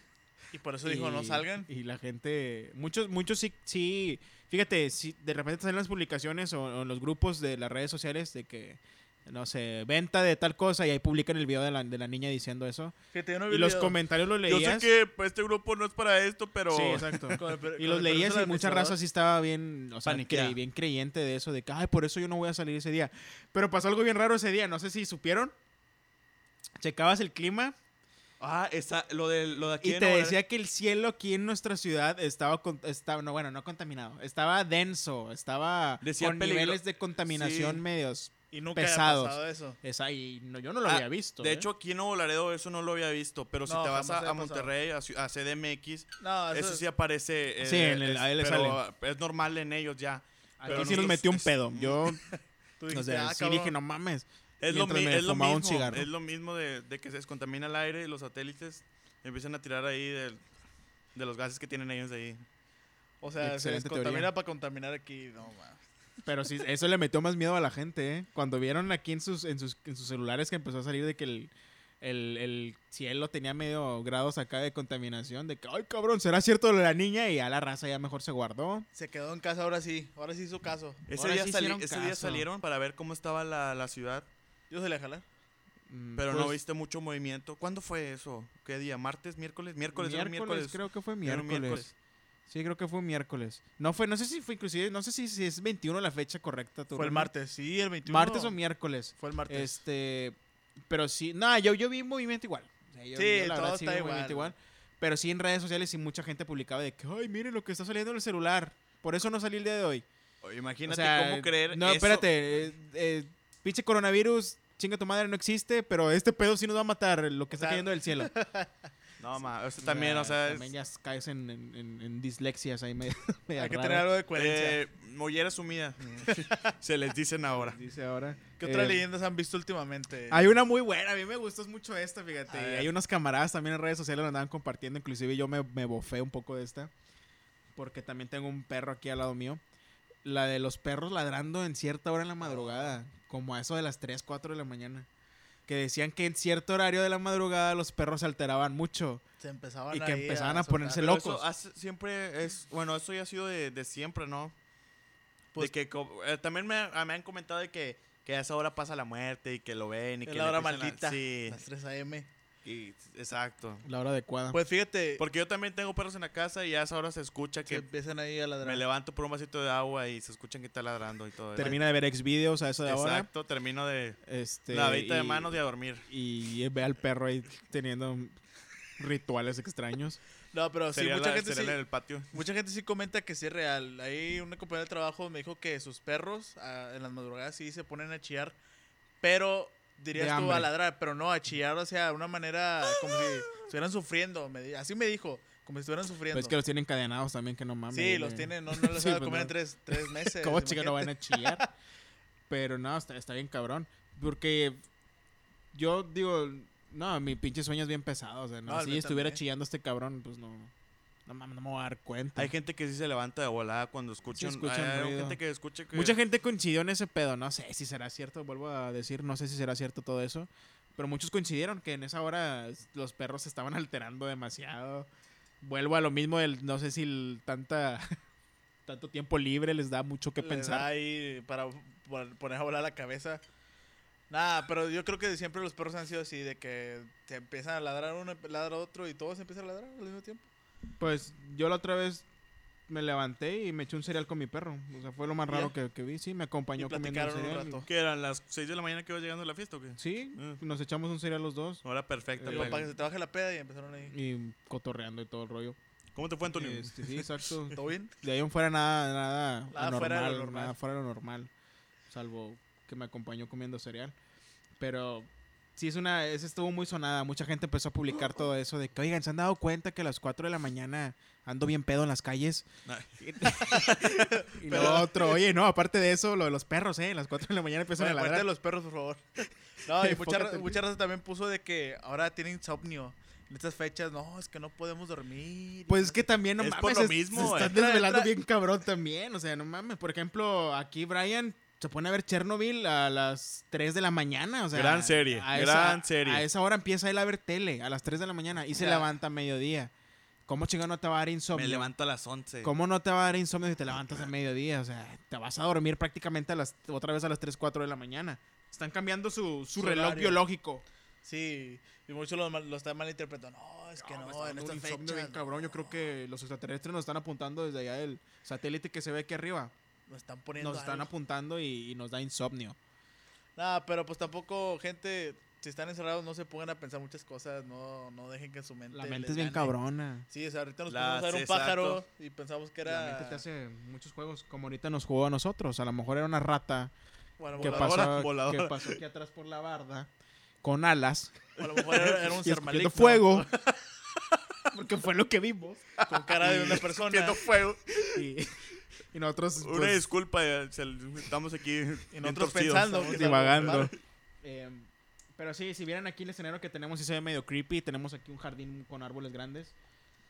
Speaker 3: Y por eso dijo, no
Speaker 1: Y-
Speaker 3: salgan.
Speaker 1: y la gente muchos muchos sí sí fíjate si de repente salen las publicaciones o, o en los grupos de las redes sociales de que no sé venta de tal cosa y ahí publican el video de la, de la niña diciendo eso
Speaker 3: Fíjate, yo no vi
Speaker 1: y
Speaker 3: el
Speaker 1: los
Speaker 3: video.
Speaker 1: comentarios lo
Speaker 2: Yo sé
Speaker 1: leías
Speaker 2: que pues, este grupo no es para esto, pero
Speaker 1: sí exacto
Speaker 3: Con el per-
Speaker 1: Y
Speaker 3: con
Speaker 1: los leías
Speaker 3: el permiso
Speaker 1: y
Speaker 3: del
Speaker 1: mucha
Speaker 3: administrador.
Speaker 1: raza sí estaba bien, o sea,
Speaker 2: Paniqueada.
Speaker 1: crey- bien creyente de eso, de que, ay, por eso yo no voy a salir ese día. Pero pasó algo bien raro ese día, no sé si supieron. Checabas el clima
Speaker 2: ah, esa, lo de lo de aquí
Speaker 1: y
Speaker 2: de
Speaker 1: te
Speaker 2: Nuevo León.
Speaker 1: decía que el cielo aquí en nuestra ciudad estaba, con- estaba no, bueno, no contaminado, estaba denso, estaba
Speaker 2: Decía
Speaker 1: con
Speaker 2: peligro-
Speaker 1: niveles de contaminación
Speaker 2: Sí.
Speaker 1: medios.
Speaker 3: Y nunca
Speaker 1: pesados.
Speaker 3: había pasado eso.
Speaker 1: Esa, y no, yo no lo
Speaker 2: Ah,
Speaker 1: había visto.
Speaker 2: De
Speaker 1: ¿eh?
Speaker 2: hecho, aquí en Nuevo Laredo eso no lo había visto, pero si
Speaker 3: No,
Speaker 2: te vas
Speaker 3: jamás
Speaker 2: a,
Speaker 3: había
Speaker 2: a Monterrey, a, Ciu- a CDMX,
Speaker 3: No,
Speaker 2: eso sí aparece. eh,
Speaker 1: Ah, Sí, en el-
Speaker 2: es-
Speaker 1: ahí le
Speaker 2: pero
Speaker 1: sale.
Speaker 2: Es normal en ellos ya.
Speaker 1: aquí
Speaker 2: pero
Speaker 1: sí nos
Speaker 2: nosotros-
Speaker 1: metió un
Speaker 2: es-
Speaker 1: pedo. Yo,
Speaker 3: tú
Speaker 1: o
Speaker 3: dijiste,
Speaker 1: sea,
Speaker 3: "Ah,
Speaker 1: sí
Speaker 3: cabrón".
Speaker 1: dije, no mames.
Speaker 2: Es lo,
Speaker 1: Mientras
Speaker 2: mi-
Speaker 1: me
Speaker 2: es lo
Speaker 1: fumaba
Speaker 2: mismo.
Speaker 1: un cigarro.
Speaker 2: Es lo mismo de, de que se descontamina el aire y los satélites empiezan a tirar ahí del- de los gases que tienen ellos ahí.
Speaker 3: O sea, se
Speaker 1: Excelente
Speaker 3: descontamina
Speaker 1: teoría.
Speaker 3: para contaminar aquí. No, ma.
Speaker 1: Pero sí, eso le metió más miedo a la gente, ¿eh? Cuando vieron aquí en sus, en sus, en sus celulares que empezó a salir de que el, el, el cielo tenía medio grados acá de contaminación, de que, ay, cabrón, ¿será cierto lo de la niña? Y a la raza ya mejor se guardó.
Speaker 3: Se quedó en casa ahora sí. Ahora sí hizo caso.
Speaker 2: Ese,
Speaker 1: Ahora
Speaker 2: día,
Speaker 1: sí
Speaker 2: sali-
Speaker 1: hicieron
Speaker 2: ese día
Speaker 1: caso.
Speaker 2: salieron para ver cómo estaba la, la ciudad,
Speaker 3: Yo se la jalar.
Speaker 1: Mm,
Speaker 2: pero no
Speaker 1: pues,
Speaker 2: viste mucho movimiento. ¿Cuándo fue eso? ¿Qué día? ¿Martes? ¿Miércoles? Miércoles, era un
Speaker 1: Miércoles,
Speaker 2: miércoles.
Speaker 1: creo que fue
Speaker 2: Era
Speaker 1: miércoles.
Speaker 2: un miércoles.
Speaker 1: Sí, creo que fue miércoles. No fue, no sé si fue inclusive, no sé si, si es 21 la fecha correcta. tú,
Speaker 3: Fue el
Speaker 1: Romo.
Speaker 3: martes, sí, el 21.
Speaker 1: ¿Martes o miércoles?
Speaker 3: Fue el martes.
Speaker 1: Este, pero sí, no, yo, yo vi movimiento igual. O sea, yo-
Speaker 3: Sí,
Speaker 1: yo la
Speaker 3: todo
Speaker 1: verdad sí
Speaker 3: está
Speaker 1: vi movimiento
Speaker 3: igual.
Speaker 1: Pero sí en redes sociales sí mucha gente publicaba de que, ay, miren lo que está saliendo en el celular. Por eso no salí el día de hoy.
Speaker 2: Oye,
Speaker 1: O
Speaker 2: Imagínate
Speaker 1: sea,
Speaker 2: cómo creer
Speaker 1: No,
Speaker 2: eso.
Speaker 1: espérate. eh, eh, pinche coronavirus, chinga tu madre, no existe, pero este pedo sí nos va a matar, lo que
Speaker 3: sea,
Speaker 1: está cayendo del cielo.
Speaker 2: No, ma, eso también,
Speaker 1: Ya,
Speaker 2: o sea,
Speaker 1: Ah, También ya caes en, en- en- en dislexias ahí medio.
Speaker 3: Hay que tener algo de coherencia.
Speaker 2: eh, mollera sumida. Se les dicen ahora.
Speaker 1: Dice ahora.
Speaker 3: ¿Qué otras
Speaker 1: Eh,
Speaker 3: leyendas han visto últimamente?
Speaker 1: Hay una muy buena, a mí me gustó mucho esta, fíjate.
Speaker 3: A
Speaker 1: y
Speaker 3: ver.
Speaker 1: Hay unas camaradas también en redes sociales lo andaban compartiendo, inclusive yo me, me bofé un poco de esta, porque también tengo un perro aquí al lado mío. La de los perros ladrando en cierta hora en la madrugada, como a eso de las 3, 4 de la mañana. Que decían que en cierto horario de la madrugada los perros se alteraban mucho.
Speaker 3: Se empezaban
Speaker 1: y que
Speaker 3: ahí
Speaker 1: empezaban a
Speaker 3: soltar.
Speaker 1: ponerse
Speaker 2: Pero
Speaker 1: locos.
Speaker 2: eso hace- siempre es. Bueno, eso ya ha sido de, de siempre, ¿no? de
Speaker 3: Pues-
Speaker 2: que, co- eh, también me, ah, me han comentado de que, que a esa hora pasa la muerte y que lo ven y
Speaker 3: Es
Speaker 2: que
Speaker 3: la
Speaker 2: le
Speaker 3: hora
Speaker 2: empiezan a-
Speaker 3: maldita.
Speaker 2: sí,
Speaker 3: Las 3 a.m.
Speaker 2: y- exacto.
Speaker 1: La hora adecuada.
Speaker 3: Pues fíjate,
Speaker 2: Porque yo también tengo perros en la casa y a esa hora se escucha
Speaker 3: que
Speaker 2: que
Speaker 3: empiezan ahí a ladrar.
Speaker 2: me levanto por un vasito de agua y se escuchan que está ladrando y todo eso.
Speaker 1: Termina de ver ex videos a eso de ahora.
Speaker 2: pues, Exacto, termino de
Speaker 1: Este,
Speaker 2: lavadita de
Speaker 1: y-
Speaker 2: manos y a dormir.
Speaker 1: Y ve al perro ahí teniendo rituales extraños.
Speaker 3: No, pero sí,
Speaker 2: Sería
Speaker 3: mucha
Speaker 2: la-
Speaker 3: gente
Speaker 2: sería
Speaker 3: sí,
Speaker 2: en el patio.
Speaker 3: mucha gente sí comenta que sí es real. Ahí una compañera de trabajo me dijo que sus perros ah, en las madrugadas sí se ponen a chillar, pero dirías
Speaker 1: De
Speaker 3: tú
Speaker 1: hambre.
Speaker 3: a ladrar, pero no, a chillar, o sea, de una manera como si estuvieran sufriendo. me di- así me dijo, como si estuvieran sufriendo.
Speaker 1: Pues es que los tienen encadenados también, que no mames.
Speaker 3: sí,
Speaker 1: güey.
Speaker 3: los tienen, no, no les
Speaker 1: Sí,
Speaker 3: va a
Speaker 1: pues
Speaker 3: comer
Speaker 1: no.
Speaker 3: en tres, tres meses.
Speaker 1: ¿Cómo chica no
Speaker 3: imagínate.
Speaker 1: van a chillar? Pero no, está, está bien cabrón. Porque yo digo, no, mi pinche sueño es bien pesado. O sea, no,
Speaker 3: No, el
Speaker 1: si
Speaker 3: mío
Speaker 1: estuviera
Speaker 3: también.
Speaker 1: chillando este cabrón, pues no. No mames, no me voy a dar cuenta.
Speaker 2: Hay gente que sí se levanta de volada cuando escucha un-
Speaker 1: escuchan
Speaker 2: hay- hay
Speaker 1: ruido.
Speaker 2: gente que escucha que
Speaker 1: Mucha gente coincidió en ese pedo. No sé si será cierto, vuelvo a decir, no sé si será cierto todo eso. Pero muchos coincidieron que en esa hora los perros se estaban alterando demasiado. Vuelvo a lo mismo del, no sé si el- tanta, tanto tiempo libre les da mucho que
Speaker 3: Les
Speaker 1: pensar.
Speaker 3: da ahí para pon- poner a volar la cabeza. Nada, pero yo creo que siempre los perros han sido así, de que te empiezan a ladrar uno, ladra otro y todos empiezan a ladrar al mismo tiempo.
Speaker 1: Pues yo la otra vez me levanté y me eché un cereal con mi perro. O sea, fue lo más
Speaker 3: ¿Y
Speaker 1: raro
Speaker 3: ya?
Speaker 1: que, que vi. Sí, me acompañó
Speaker 3: Y
Speaker 1: comiendo un
Speaker 3: platicaron un
Speaker 1: cereal.
Speaker 3: rato.
Speaker 2: que eran las 6 de la mañana que iba llegando a la fiesta o qué?
Speaker 1: Sí,
Speaker 2: Ah.
Speaker 1: nos echamos un cereal los dos
Speaker 2: Hora perfecta
Speaker 1: Eh,
Speaker 2: para-
Speaker 3: Para que se te baje la peda y empezaron ahí.
Speaker 1: y cotorreando y todo el rollo.
Speaker 2: ¿Cómo te fue, Antonio?
Speaker 1: Este, sí, exacto.
Speaker 3: ¿Todo bien?
Speaker 1: De ahí en fuera nada, nada,
Speaker 3: Nada
Speaker 1: anormal,
Speaker 3: fuera de lo normal.
Speaker 1: nada fuera de lo normal. Salvo que me acompañó comiendo cereal. Pero sí es una, esa estuvo muy sonada. Mucha gente empezó a publicar todo eso de que, oigan, ¿se han dado cuenta que a las 4 de la mañana ando bien pedo en las calles?
Speaker 2: Ay.
Speaker 1: y lo otro, oye, no, aparte de eso, lo de los perros, ¿eh? A las 4 de la mañana empiezan
Speaker 3: Bueno,
Speaker 1: a
Speaker 3: aparte de
Speaker 1: ladrar.
Speaker 3: los perros, por favor. No, y mucha,
Speaker 1: Enfócate
Speaker 3: ra-
Speaker 1: en
Speaker 3: mucha raza también puso de que ahora tiene insomnio. En estas fechas, no, es que no podemos dormir.
Speaker 1: Pues es que también, no
Speaker 2: Es
Speaker 1: mames,
Speaker 2: por lo
Speaker 1: es-
Speaker 2: mismo,
Speaker 1: se
Speaker 2: eh.
Speaker 1: están
Speaker 3: Entra-
Speaker 1: desvelando
Speaker 3: entra-
Speaker 1: bien cabrón también, o sea, no mames. Por ejemplo, aquí Brian se pone a ver Chernobyl a las 3 de la mañana, o sea.
Speaker 2: Gran serie,
Speaker 1: a
Speaker 2: gran
Speaker 1: esa,
Speaker 2: serie.
Speaker 1: A esa hora empieza él a ver tele, a las 3 de la mañana, y se
Speaker 3: Ya.
Speaker 1: levanta a mediodía. ¿Cómo chingado no te va a dar
Speaker 2: Me
Speaker 1: insomnio?
Speaker 2: levanto a las 11.
Speaker 1: ¿Cómo no te va a dar insomnio si te levantas a mediodía? O sea, te vas a dormir prácticamente a las, otra vez a las 3, 4 de la mañana. Están cambiando su, su
Speaker 3: Su
Speaker 1: reloj
Speaker 3: horario.
Speaker 1: biológico.
Speaker 3: Sí, y muchos lo, mal- lo están malinterpretando. No, es que no,
Speaker 1: me está
Speaker 3: en
Speaker 1: dando un
Speaker 3: estas
Speaker 1: insomnio
Speaker 3: fechas.
Speaker 1: bien cabrón. Yo creo que los extraterrestres nos están apuntando desde allá del satélite que se ve aquí arriba.
Speaker 3: Nos están poniendo.
Speaker 1: Nos están
Speaker 3: algo.
Speaker 1: apuntando y, y nos da insomnio.
Speaker 3: Nada, pero pues tampoco, gente, si están encerrados, no se pongan a pensar muchas cosas, no, no dejen que su mente.
Speaker 1: La mente
Speaker 3: les
Speaker 1: es bien
Speaker 3: gane.
Speaker 1: cabrona.
Speaker 3: Sí, o sea, ahorita nos
Speaker 2: La-
Speaker 3: pusimos a ver un
Speaker 2: exacto.
Speaker 3: pájaro y pensamos que
Speaker 1: La
Speaker 3: era.
Speaker 1: mente te hace muchos juegos, como ahorita nos jugó a nosotros. A lo mejor era una rata
Speaker 3: o a lo
Speaker 1: que
Speaker 3: mejor-
Speaker 1: pasó,
Speaker 2: voladora.
Speaker 1: que pasó aquí atrás por la barda con alas
Speaker 3: o a lo mejor era, era un
Speaker 1: y
Speaker 3: ser
Speaker 1: escupiendo
Speaker 3: maligno.
Speaker 1: fuego. Porque fue lo que vimos.
Speaker 3: Con cara de una persona.
Speaker 2: Viendo fuego.
Speaker 1: Y, y nosotros
Speaker 2: Una
Speaker 1: pues,
Speaker 2: disculpa, eh, se- estamos aquí
Speaker 3: Y
Speaker 2: bien
Speaker 3: nosotros
Speaker 2: torcidos.
Speaker 3: pensando. que
Speaker 1: estamos
Speaker 3: era un
Speaker 1: divagando.
Speaker 3: pájaro.
Speaker 1: Em, pero sí, si vieran aquí el escenario que tenemos, sí se ve medio creepy. Tenemos aquí un jardín con árboles grandes.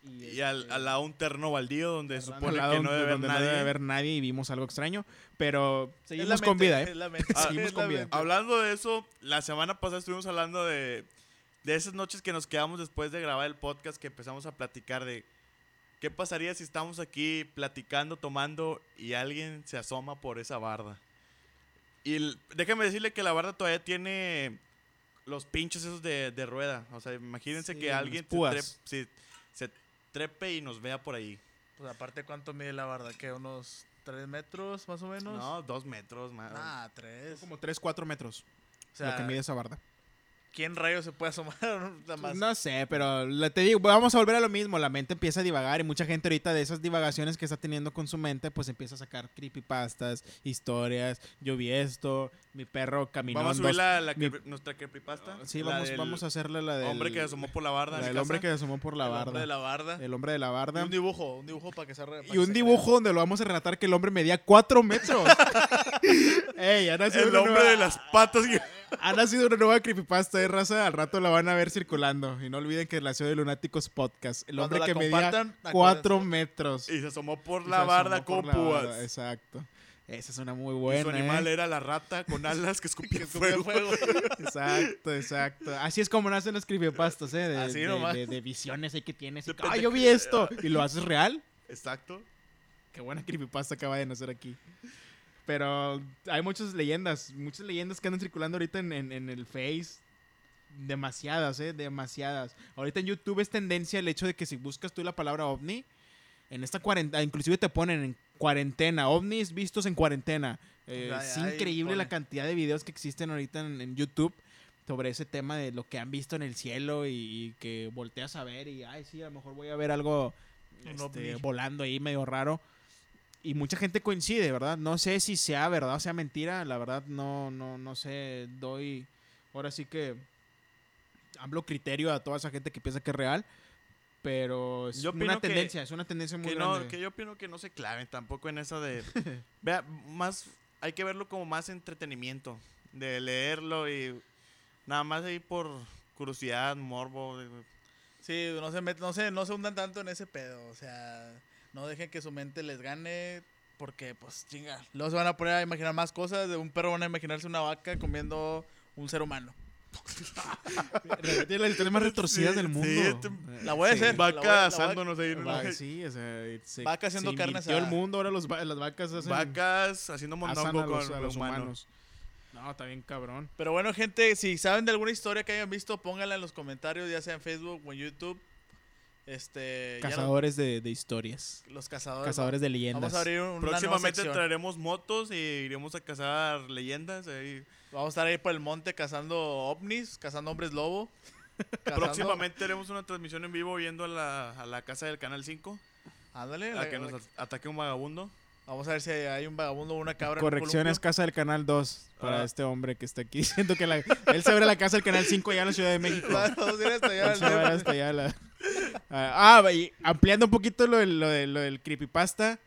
Speaker 1: Y,
Speaker 2: Y al,
Speaker 1: este,
Speaker 2: al lado un terno baldío donde
Speaker 1: al
Speaker 2: supone
Speaker 1: lado
Speaker 2: que no debe haber
Speaker 1: donde no
Speaker 2: nadie.
Speaker 1: debe haber nadie y vimos algo extraño. Pero
Speaker 3: Es la
Speaker 1: seguimos con
Speaker 3: mente,
Speaker 1: vida,
Speaker 3: es
Speaker 1: ¿eh?
Speaker 3: la mente,
Speaker 1: Seguimos
Speaker 3: es
Speaker 1: con
Speaker 3: la
Speaker 1: vida.
Speaker 3: mente.
Speaker 2: Hablando de eso, la semana pasada estuvimos hablando de, de esas noches que nos quedamos después de grabar el podcast que empezamos a platicar de qué pasaría si estamos aquí platicando, tomando y alguien se asoma por esa barda. Y l- déjame decirle que la barda todavía tiene los pinchos esos de, de rueda. O sea, imagínense
Speaker 1: Sí,
Speaker 2: que
Speaker 1: las
Speaker 2: alguien se,
Speaker 1: púas.
Speaker 2: trep- sí, se trepe y nos vea por ahí.
Speaker 3: Pues aparte, ¿cuánto mide la barda? ¿Qué? ¿Unos 3 metros más o menos?
Speaker 2: No, dos metros más.
Speaker 3: Nah, 3.
Speaker 1: Como 3, 4 metros
Speaker 3: Ah, o sea,
Speaker 1: lo que mide esa barda.
Speaker 3: ¿Quién rayos se puede asomar? Nada más.
Speaker 1: No sé, pero la- te digo, vamos a volver a lo mismo. La mente empieza a divagar y mucha gente ahorita de esas divagaciones que está teniendo con su mente, pues empieza a sacar creepypastas, historias. Yo vi esto, mi perro caminó.
Speaker 2: Vamos a
Speaker 1: en
Speaker 2: subir
Speaker 1: dos-
Speaker 2: la, la
Speaker 1: mi-
Speaker 2: creepy- nuestra creepypasta.
Speaker 1: Sí,
Speaker 2: La
Speaker 1: vamos,
Speaker 2: del
Speaker 1: vamos a hacerle la del
Speaker 2: Hombre que asomó por la barda.
Speaker 1: la
Speaker 2: en mi
Speaker 1: del hombre que
Speaker 2: casa.
Speaker 1: se asomó por la
Speaker 3: El
Speaker 1: barda.
Speaker 3: hombre de la barda.
Speaker 1: El hombre de la
Speaker 3: Y
Speaker 1: barda.
Speaker 3: un dibujo, un dibujo para que se re- para
Speaker 1: Y
Speaker 3: que se
Speaker 1: un
Speaker 3: crea.
Speaker 1: dibujo donde lo vamos a relatar que el hombre medía 4 metros. Ey, ha nacido
Speaker 2: El
Speaker 1: una
Speaker 2: hombre
Speaker 1: nueva-
Speaker 2: de las patas. que-
Speaker 1: Ha nacido una nueva creepypasta de raza. Al rato la van a ver circulando. Y no olviden que nació de Lunáticos Podcast. El
Speaker 3: Cuando
Speaker 1: hombre
Speaker 3: la
Speaker 1: que medía
Speaker 3: compartan,
Speaker 1: 4 metros.
Speaker 2: Y se asomó por
Speaker 1: Y
Speaker 2: la
Speaker 1: se
Speaker 2: barda
Speaker 1: asomó por
Speaker 2: con
Speaker 1: la barda,
Speaker 2: púas.
Speaker 1: Exacto. Esa es una muy
Speaker 2: Y
Speaker 1: buena.
Speaker 2: Su animal
Speaker 1: ¿eh?
Speaker 2: era la rata con alas que escupía,
Speaker 3: Que escupía
Speaker 2: fuego.
Speaker 3: fuego.
Speaker 1: Exacto, exacto. Así es como nacen los creepypastas, ¿eh? De,
Speaker 3: Así
Speaker 1: de-
Speaker 3: nomás.
Speaker 1: de- de visiones ahí que tienes.
Speaker 2: De
Speaker 1: ¡Ah, yo vi esto! Y lo haces real.
Speaker 2: Exacto.
Speaker 1: Qué buena creepypasta acaba de nacer aquí. Pero hay muchas leyendas, muchas leyendas que andan circulando ahorita en, en- en el Face. Demasiadas, ¿eh? Demasiadas. Ahorita en YouTube es tendencia el hecho de que si buscas tú la palabra ovni, en esta cuarentena, inclusive te ponen en cuarentena, ovnis vistos en cuarentena. Eh,
Speaker 3: Ay,
Speaker 1: es
Speaker 3: ay,
Speaker 1: increíble la
Speaker 3: pone.
Speaker 1: cantidad de videos que existen ahorita en, en YouTube sobre ese tema de lo que han visto en el cielo y, y que volteas a ver y, ay, sí, a lo mejor voy a ver algo
Speaker 3: Un
Speaker 1: este,
Speaker 3: ovni.
Speaker 1: volando ahí medio raro. Y mucha gente coincide, ¿verdad? No sé si sea verdad o sea mentira, la verdad no, no, no sé, doy, ahora sí que hablo criterio a toda esa gente que piensa que es real, pero es
Speaker 2: Yo
Speaker 1: una
Speaker 2: opino que-
Speaker 1: tendencia, es una tendencia muy
Speaker 2: Que,
Speaker 1: grande.
Speaker 2: no, que yo opino que no se claven tampoco en esa de... Vea, más... Hay que verlo como más entretenimiento. De leerlo y... Nada más ahí por curiosidad, morbo. de-
Speaker 3: Sí, no se, met- no, se, no se hundan tanto en ese pedo. O sea, no dejen que su mente les gane. Porque, pues, chinga. Luego se van a poner a imaginar más cosas. De un perro van a imaginarse una vaca comiendo un ser humano.
Speaker 1: Tiene las historias más retorcidas
Speaker 2: Sí,
Speaker 1: del
Speaker 2: sí,
Speaker 1: mundo.
Speaker 2: te-
Speaker 1: Eh,
Speaker 3: La voy a
Speaker 1: sí.
Speaker 3: hacer. la voy- la
Speaker 2: Vaca
Speaker 3: voy-
Speaker 2: asándonos ahí. en una-
Speaker 1: Va- sí, o sea, se-
Speaker 3: Vaca haciendo
Speaker 1: se
Speaker 3: carne
Speaker 1: invirtió el
Speaker 3: asada.
Speaker 1: mundo, ahora los va- las vacas hacen
Speaker 2: Vacas haciendo
Speaker 1: asan
Speaker 2: mondongo
Speaker 1: a
Speaker 2: con
Speaker 1: los, a los
Speaker 2: humanos.
Speaker 1: humanos. No, está bien cabrón.
Speaker 3: Pero bueno, gente, si saben de alguna historia que hayan visto, pónganla en los comentarios, ya sea en Facebook o en YouTube. Este. ya no-
Speaker 1: Cazadores de, de historias.
Speaker 3: los cazadores.
Speaker 1: Cazadores de leyendas.
Speaker 3: Vamos a abrir un- una nueva
Speaker 2: Próximamente
Speaker 3: sección.
Speaker 2: traeremos motos y iremos a cazar leyendas. ahí.
Speaker 3: Vamos a estar ahí por el monte cazando ovnis, cazando hombres lobo. cazando-
Speaker 2: Próximamente haremos una transmisión en vivo viendo a la, a la casa del Canal 5.
Speaker 3: Ándale,
Speaker 2: A
Speaker 3: la-
Speaker 2: que
Speaker 3: la-
Speaker 2: nos ataque un vagabundo.
Speaker 3: vamos a ver si hay un vagabundo o una cabra. en un
Speaker 1: Correcciones,
Speaker 3: columpio.
Speaker 1: Casa del Canal 2. Para
Speaker 2: Ah.
Speaker 1: este hombre que está aquí diciendo que la, él se abre la Casa del Canal 5 allá en la Ciudad de México.
Speaker 3: Vamos a ir hasta allá
Speaker 1: Él
Speaker 3: al
Speaker 1: se va
Speaker 3: DF.
Speaker 1: hasta allá la- Ah, ah, y ampliando un poquito lo, del- lo, del- lo del creepypasta.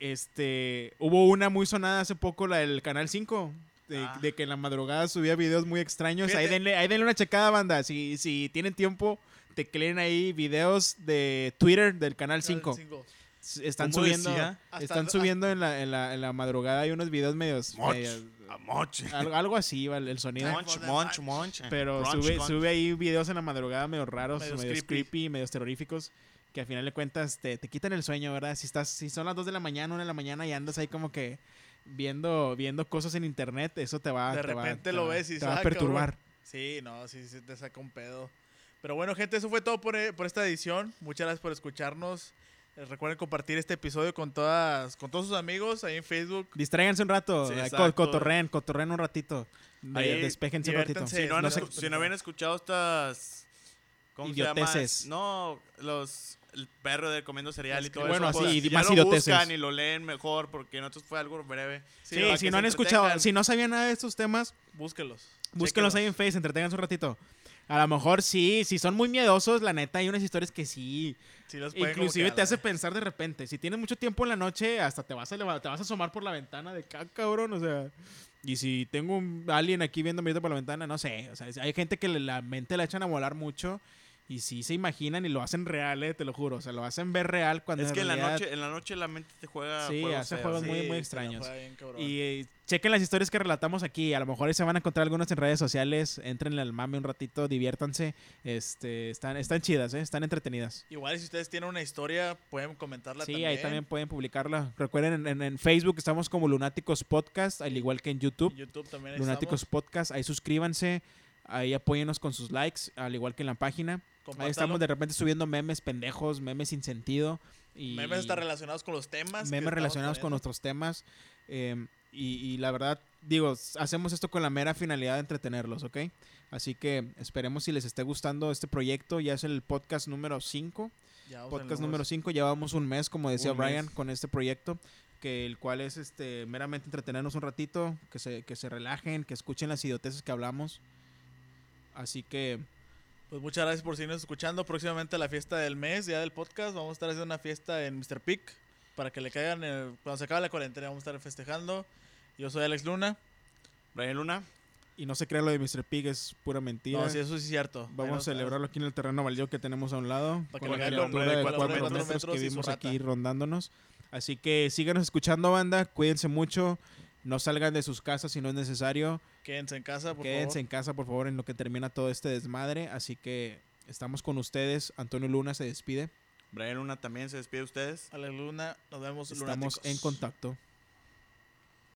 Speaker 1: Este, hubo una muy sonada hace poco, la del Canal 5. De,
Speaker 2: Ah.
Speaker 1: de que en la madrugada subía videos muy extraños. Ahí
Speaker 3: Fíjate.
Speaker 1: denle, ahí denle una checada, banda. Si, si tienen tiempo, tecleen ahí videos de Twitter del Canal 5.
Speaker 3: Cinco.
Speaker 1: S- Están
Speaker 2: ¿Cómo
Speaker 1: subiendo,
Speaker 2: decía?
Speaker 1: están
Speaker 3: Hasta-
Speaker 1: subiendo en la, en, la, en la madrugada. Hay unos videos medios.
Speaker 2: Moch.
Speaker 1: medios-
Speaker 2: A moche.
Speaker 1: algo, algo así, va el- el sonido.
Speaker 2: Monch, monch, monch.
Speaker 1: Pero
Speaker 2: Crunch,
Speaker 1: sube,
Speaker 2: crunch.
Speaker 1: sube ahí videos en la madrugada medio raros, medios,
Speaker 3: Medios
Speaker 1: creepy.
Speaker 3: creepy.
Speaker 1: medios terroríficos, que al final de cuentas este, te, te quitan el sueño, ¿verdad? Si estás, si son las 2 de la mañana, 1 de la mañana y andas ahí como que viendo, viendo cosas en internet, eso te va,
Speaker 3: De
Speaker 1: te va-
Speaker 3: repente
Speaker 1: te
Speaker 3: lo
Speaker 1: va-
Speaker 3: ves y
Speaker 1: te va a
Speaker 3: ah,
Speaker 1: perturbar.
Speaker 3: Sí, no, sí, sí te saca un pedo. Pero bueno, gente, eso fue todo por, eh, por esta edición. Muchas gracias por escucharnos. Eh, Recuerden compartir este episodio con todas, con todos sus amigos ahí en Facebook.
Speaker 1: Distráiganse un rato,
Speaker 2: Sí,
Speaker 1: eh, co-
Speaker 2: exacto.
Speaker 1: cotorreen, cotorreen un ratito, de-
Speaker 2: Ahí,
Speaker 1: despejense un ratito.
Speaker 3: diviértanse.
Speaker 2: Si no, han
Speaker 1: No
Speaker 2: escu-
Speaker 1: se-
Speaker 2: si no habían escuchado estas. ¿Cómo se llama?
Speaker 1: Idioteces.
Speaker 2: No, los. El perro de comiendo cereal y todo
Speaker 1: Bueno,
Speaker 2: eso.
Speaker 1: así,
Speaker 2: pues, si
Speaker 1: más
Speaker 2: ya lo
Speaker 1: idioteces.
Speaker 2: buscan y lo leen mejor porque nosotros fue algo breve.
Speaker 1: Sí,
Speaker 2: para
Speaker 1: si
Speaker 2: que
Speaker 1: no
Speaker 2: se
Speaker 1: han escuchado,
Speaker 2: entretengan.
Speaker 1: si no sabían nada de estos temas,
Speaker 3: Búsquelos.
Speaker 1: búsquenlos ahí en Face, entreténganse un ratito. A lo mejor sí, si son muy miedosos, la neta, hay unas historias que sí,
Speaker 3: Sí los pueden como
Speaker 1: Inclusive
Speaker 3: que,
Speaker 1: te
Speaker 3: ah,
Speaker 1: hace
Speaker 3: la-
Speaker 1: pensar de repente. Si tienes mucho tiempo en la noche, hasta te vas a leva- te vas a asomar por la ventana de acá, cabrón. O sea. Y si tengo un alien aquí viéndome ahorita por la ventana, no sé. O sea, es- hay gente que le- la mente la echan a volar mucho. Y sí se imaginan y lo hacen real, eh, te lo juro. O sea, lo hacen ver real cuando
Speaker 2: Es que en la,
Speaker 1: realidad-
Speaker 2: noche, en la noche la mente te juega.
Speaker 1: Sí, hace
Speaker 2: feos.
Speaker 1: juegos
Speaker 3: Sí,
Speaker 1: muy-
Speaker 3: se la
Speaker 1: extraños.
Speaker 3: juega bien cabrón.
Speaker 1: Y eh, chequen las historias que relatamos aquí. A lo mejor ahí se van a encontrar algunas en redes sociales. Entrenle al mame un ratito, diviértanse. Este, están, están chidas, eh, están entretenidas.
Speaker 3: Igual si ustedes tienen una historia, pueden comentarla
Speaker 1: Sí,
Speaker 3: también.
Speaker 1: ahí también pueden publicarla. Recuerden, en, en- en Facebook estamos como Lunáticos Podcast, al igual que en
Speaker 3: En
Speaker 1: YouTube.
Speaker 3: YouTube también ahí
Speaker 1: Lunáticos Podcast, ahí suscríbanse, ahí apóyennos con sus likes, al igual que en la página.
Speaker 3: estamos.
Speaker 1: Ahí estamos
Speaker 3: Compártanlo.
Speaker 1: de repente subiendo memes pendejos, memes sin sentido. Y
Speaker 3: Memes hasta relacionados con los temas. que
Speaker 1: memes
Speaker 3: estamos
Speaker 1: relacionados con
Speaker 3: poniendo.
Speaker 1: nuestros temas. eh, em, y, y la verdad, digo, s- hacemos esto con la mera finalidad de entretenerlos, ¿ok? Así que esperemos si les esté gustando este proyecto. Ya es el podcast número 5.
Speaker 3: Ya vamos al
Speaker 1: Podcast número 5. Llevamos un mes, como decía
Speaker 2: Un
Speaker 1: Brian,
Speaker 2: mes.
Speaker 1: con este proyecto. Que el cual es este meramente entretenernos un ratito, que se, que se relajen, que escuchen las idioteces que hablamos. Así que
Speaker 3: Pues muchas gracias por seguirnos escuchando. Próximamente la fiesta del mes, ya del podcast. Vamos a estar haciendo una fiesta en Mr. Pick para que le caigan. el- cuando se acabe la cuarentena, vamos a estar festejando. Yo soy Alex Luna.
Speaker 2: Brian Luna,
Speaker 1: Y no se crea lo de Mr. Pig, es pura mentira.
Speaker 3: No, sí, eso sí es cierto. Ahí
Speaker 1: eh. Vamos a
Speaker 3: nos-
Speaker 1: celebrarlo aquí en el terreno baldío que tenemos a un lado.
Speaker 3: Para que
Speaker 1: con
Speaker 3: le
Speaker 1: la
Speaker 3: caiga el hombre
Speaker 1: criatura
Speaker 2: de
Speaker 1: de
Speaker 2: cuatro
Speaker 1: 4
Speaker 2: metros.
Speaker 1: metros,
Speaker 3: metros
Speaker 1: que
Speaker 3: y su
Speaker 1: vimos
Speaker 3: rata.
Speaker 1: aquí rondándonos. Así que síganos escuchando, banda. Cuídense mucho. No salgan de sus casas si no es necesario.
Speaker 3: Quédense en casa, por
Speaker 1: Quédense
Speaker 3: favor.
Speaker 1: en casa, por favor, en lo que termina todo este desmadre. Así que estamos con ustedes. Antonio Luna se despide.
Speaker 2: Brian Luna también se despide de ustedes.
Speaker 3: Alex Luna, nos vemos
Speaker 1: Estamos
Speaker 3: lunáticos.
Speaker 1: en contacto.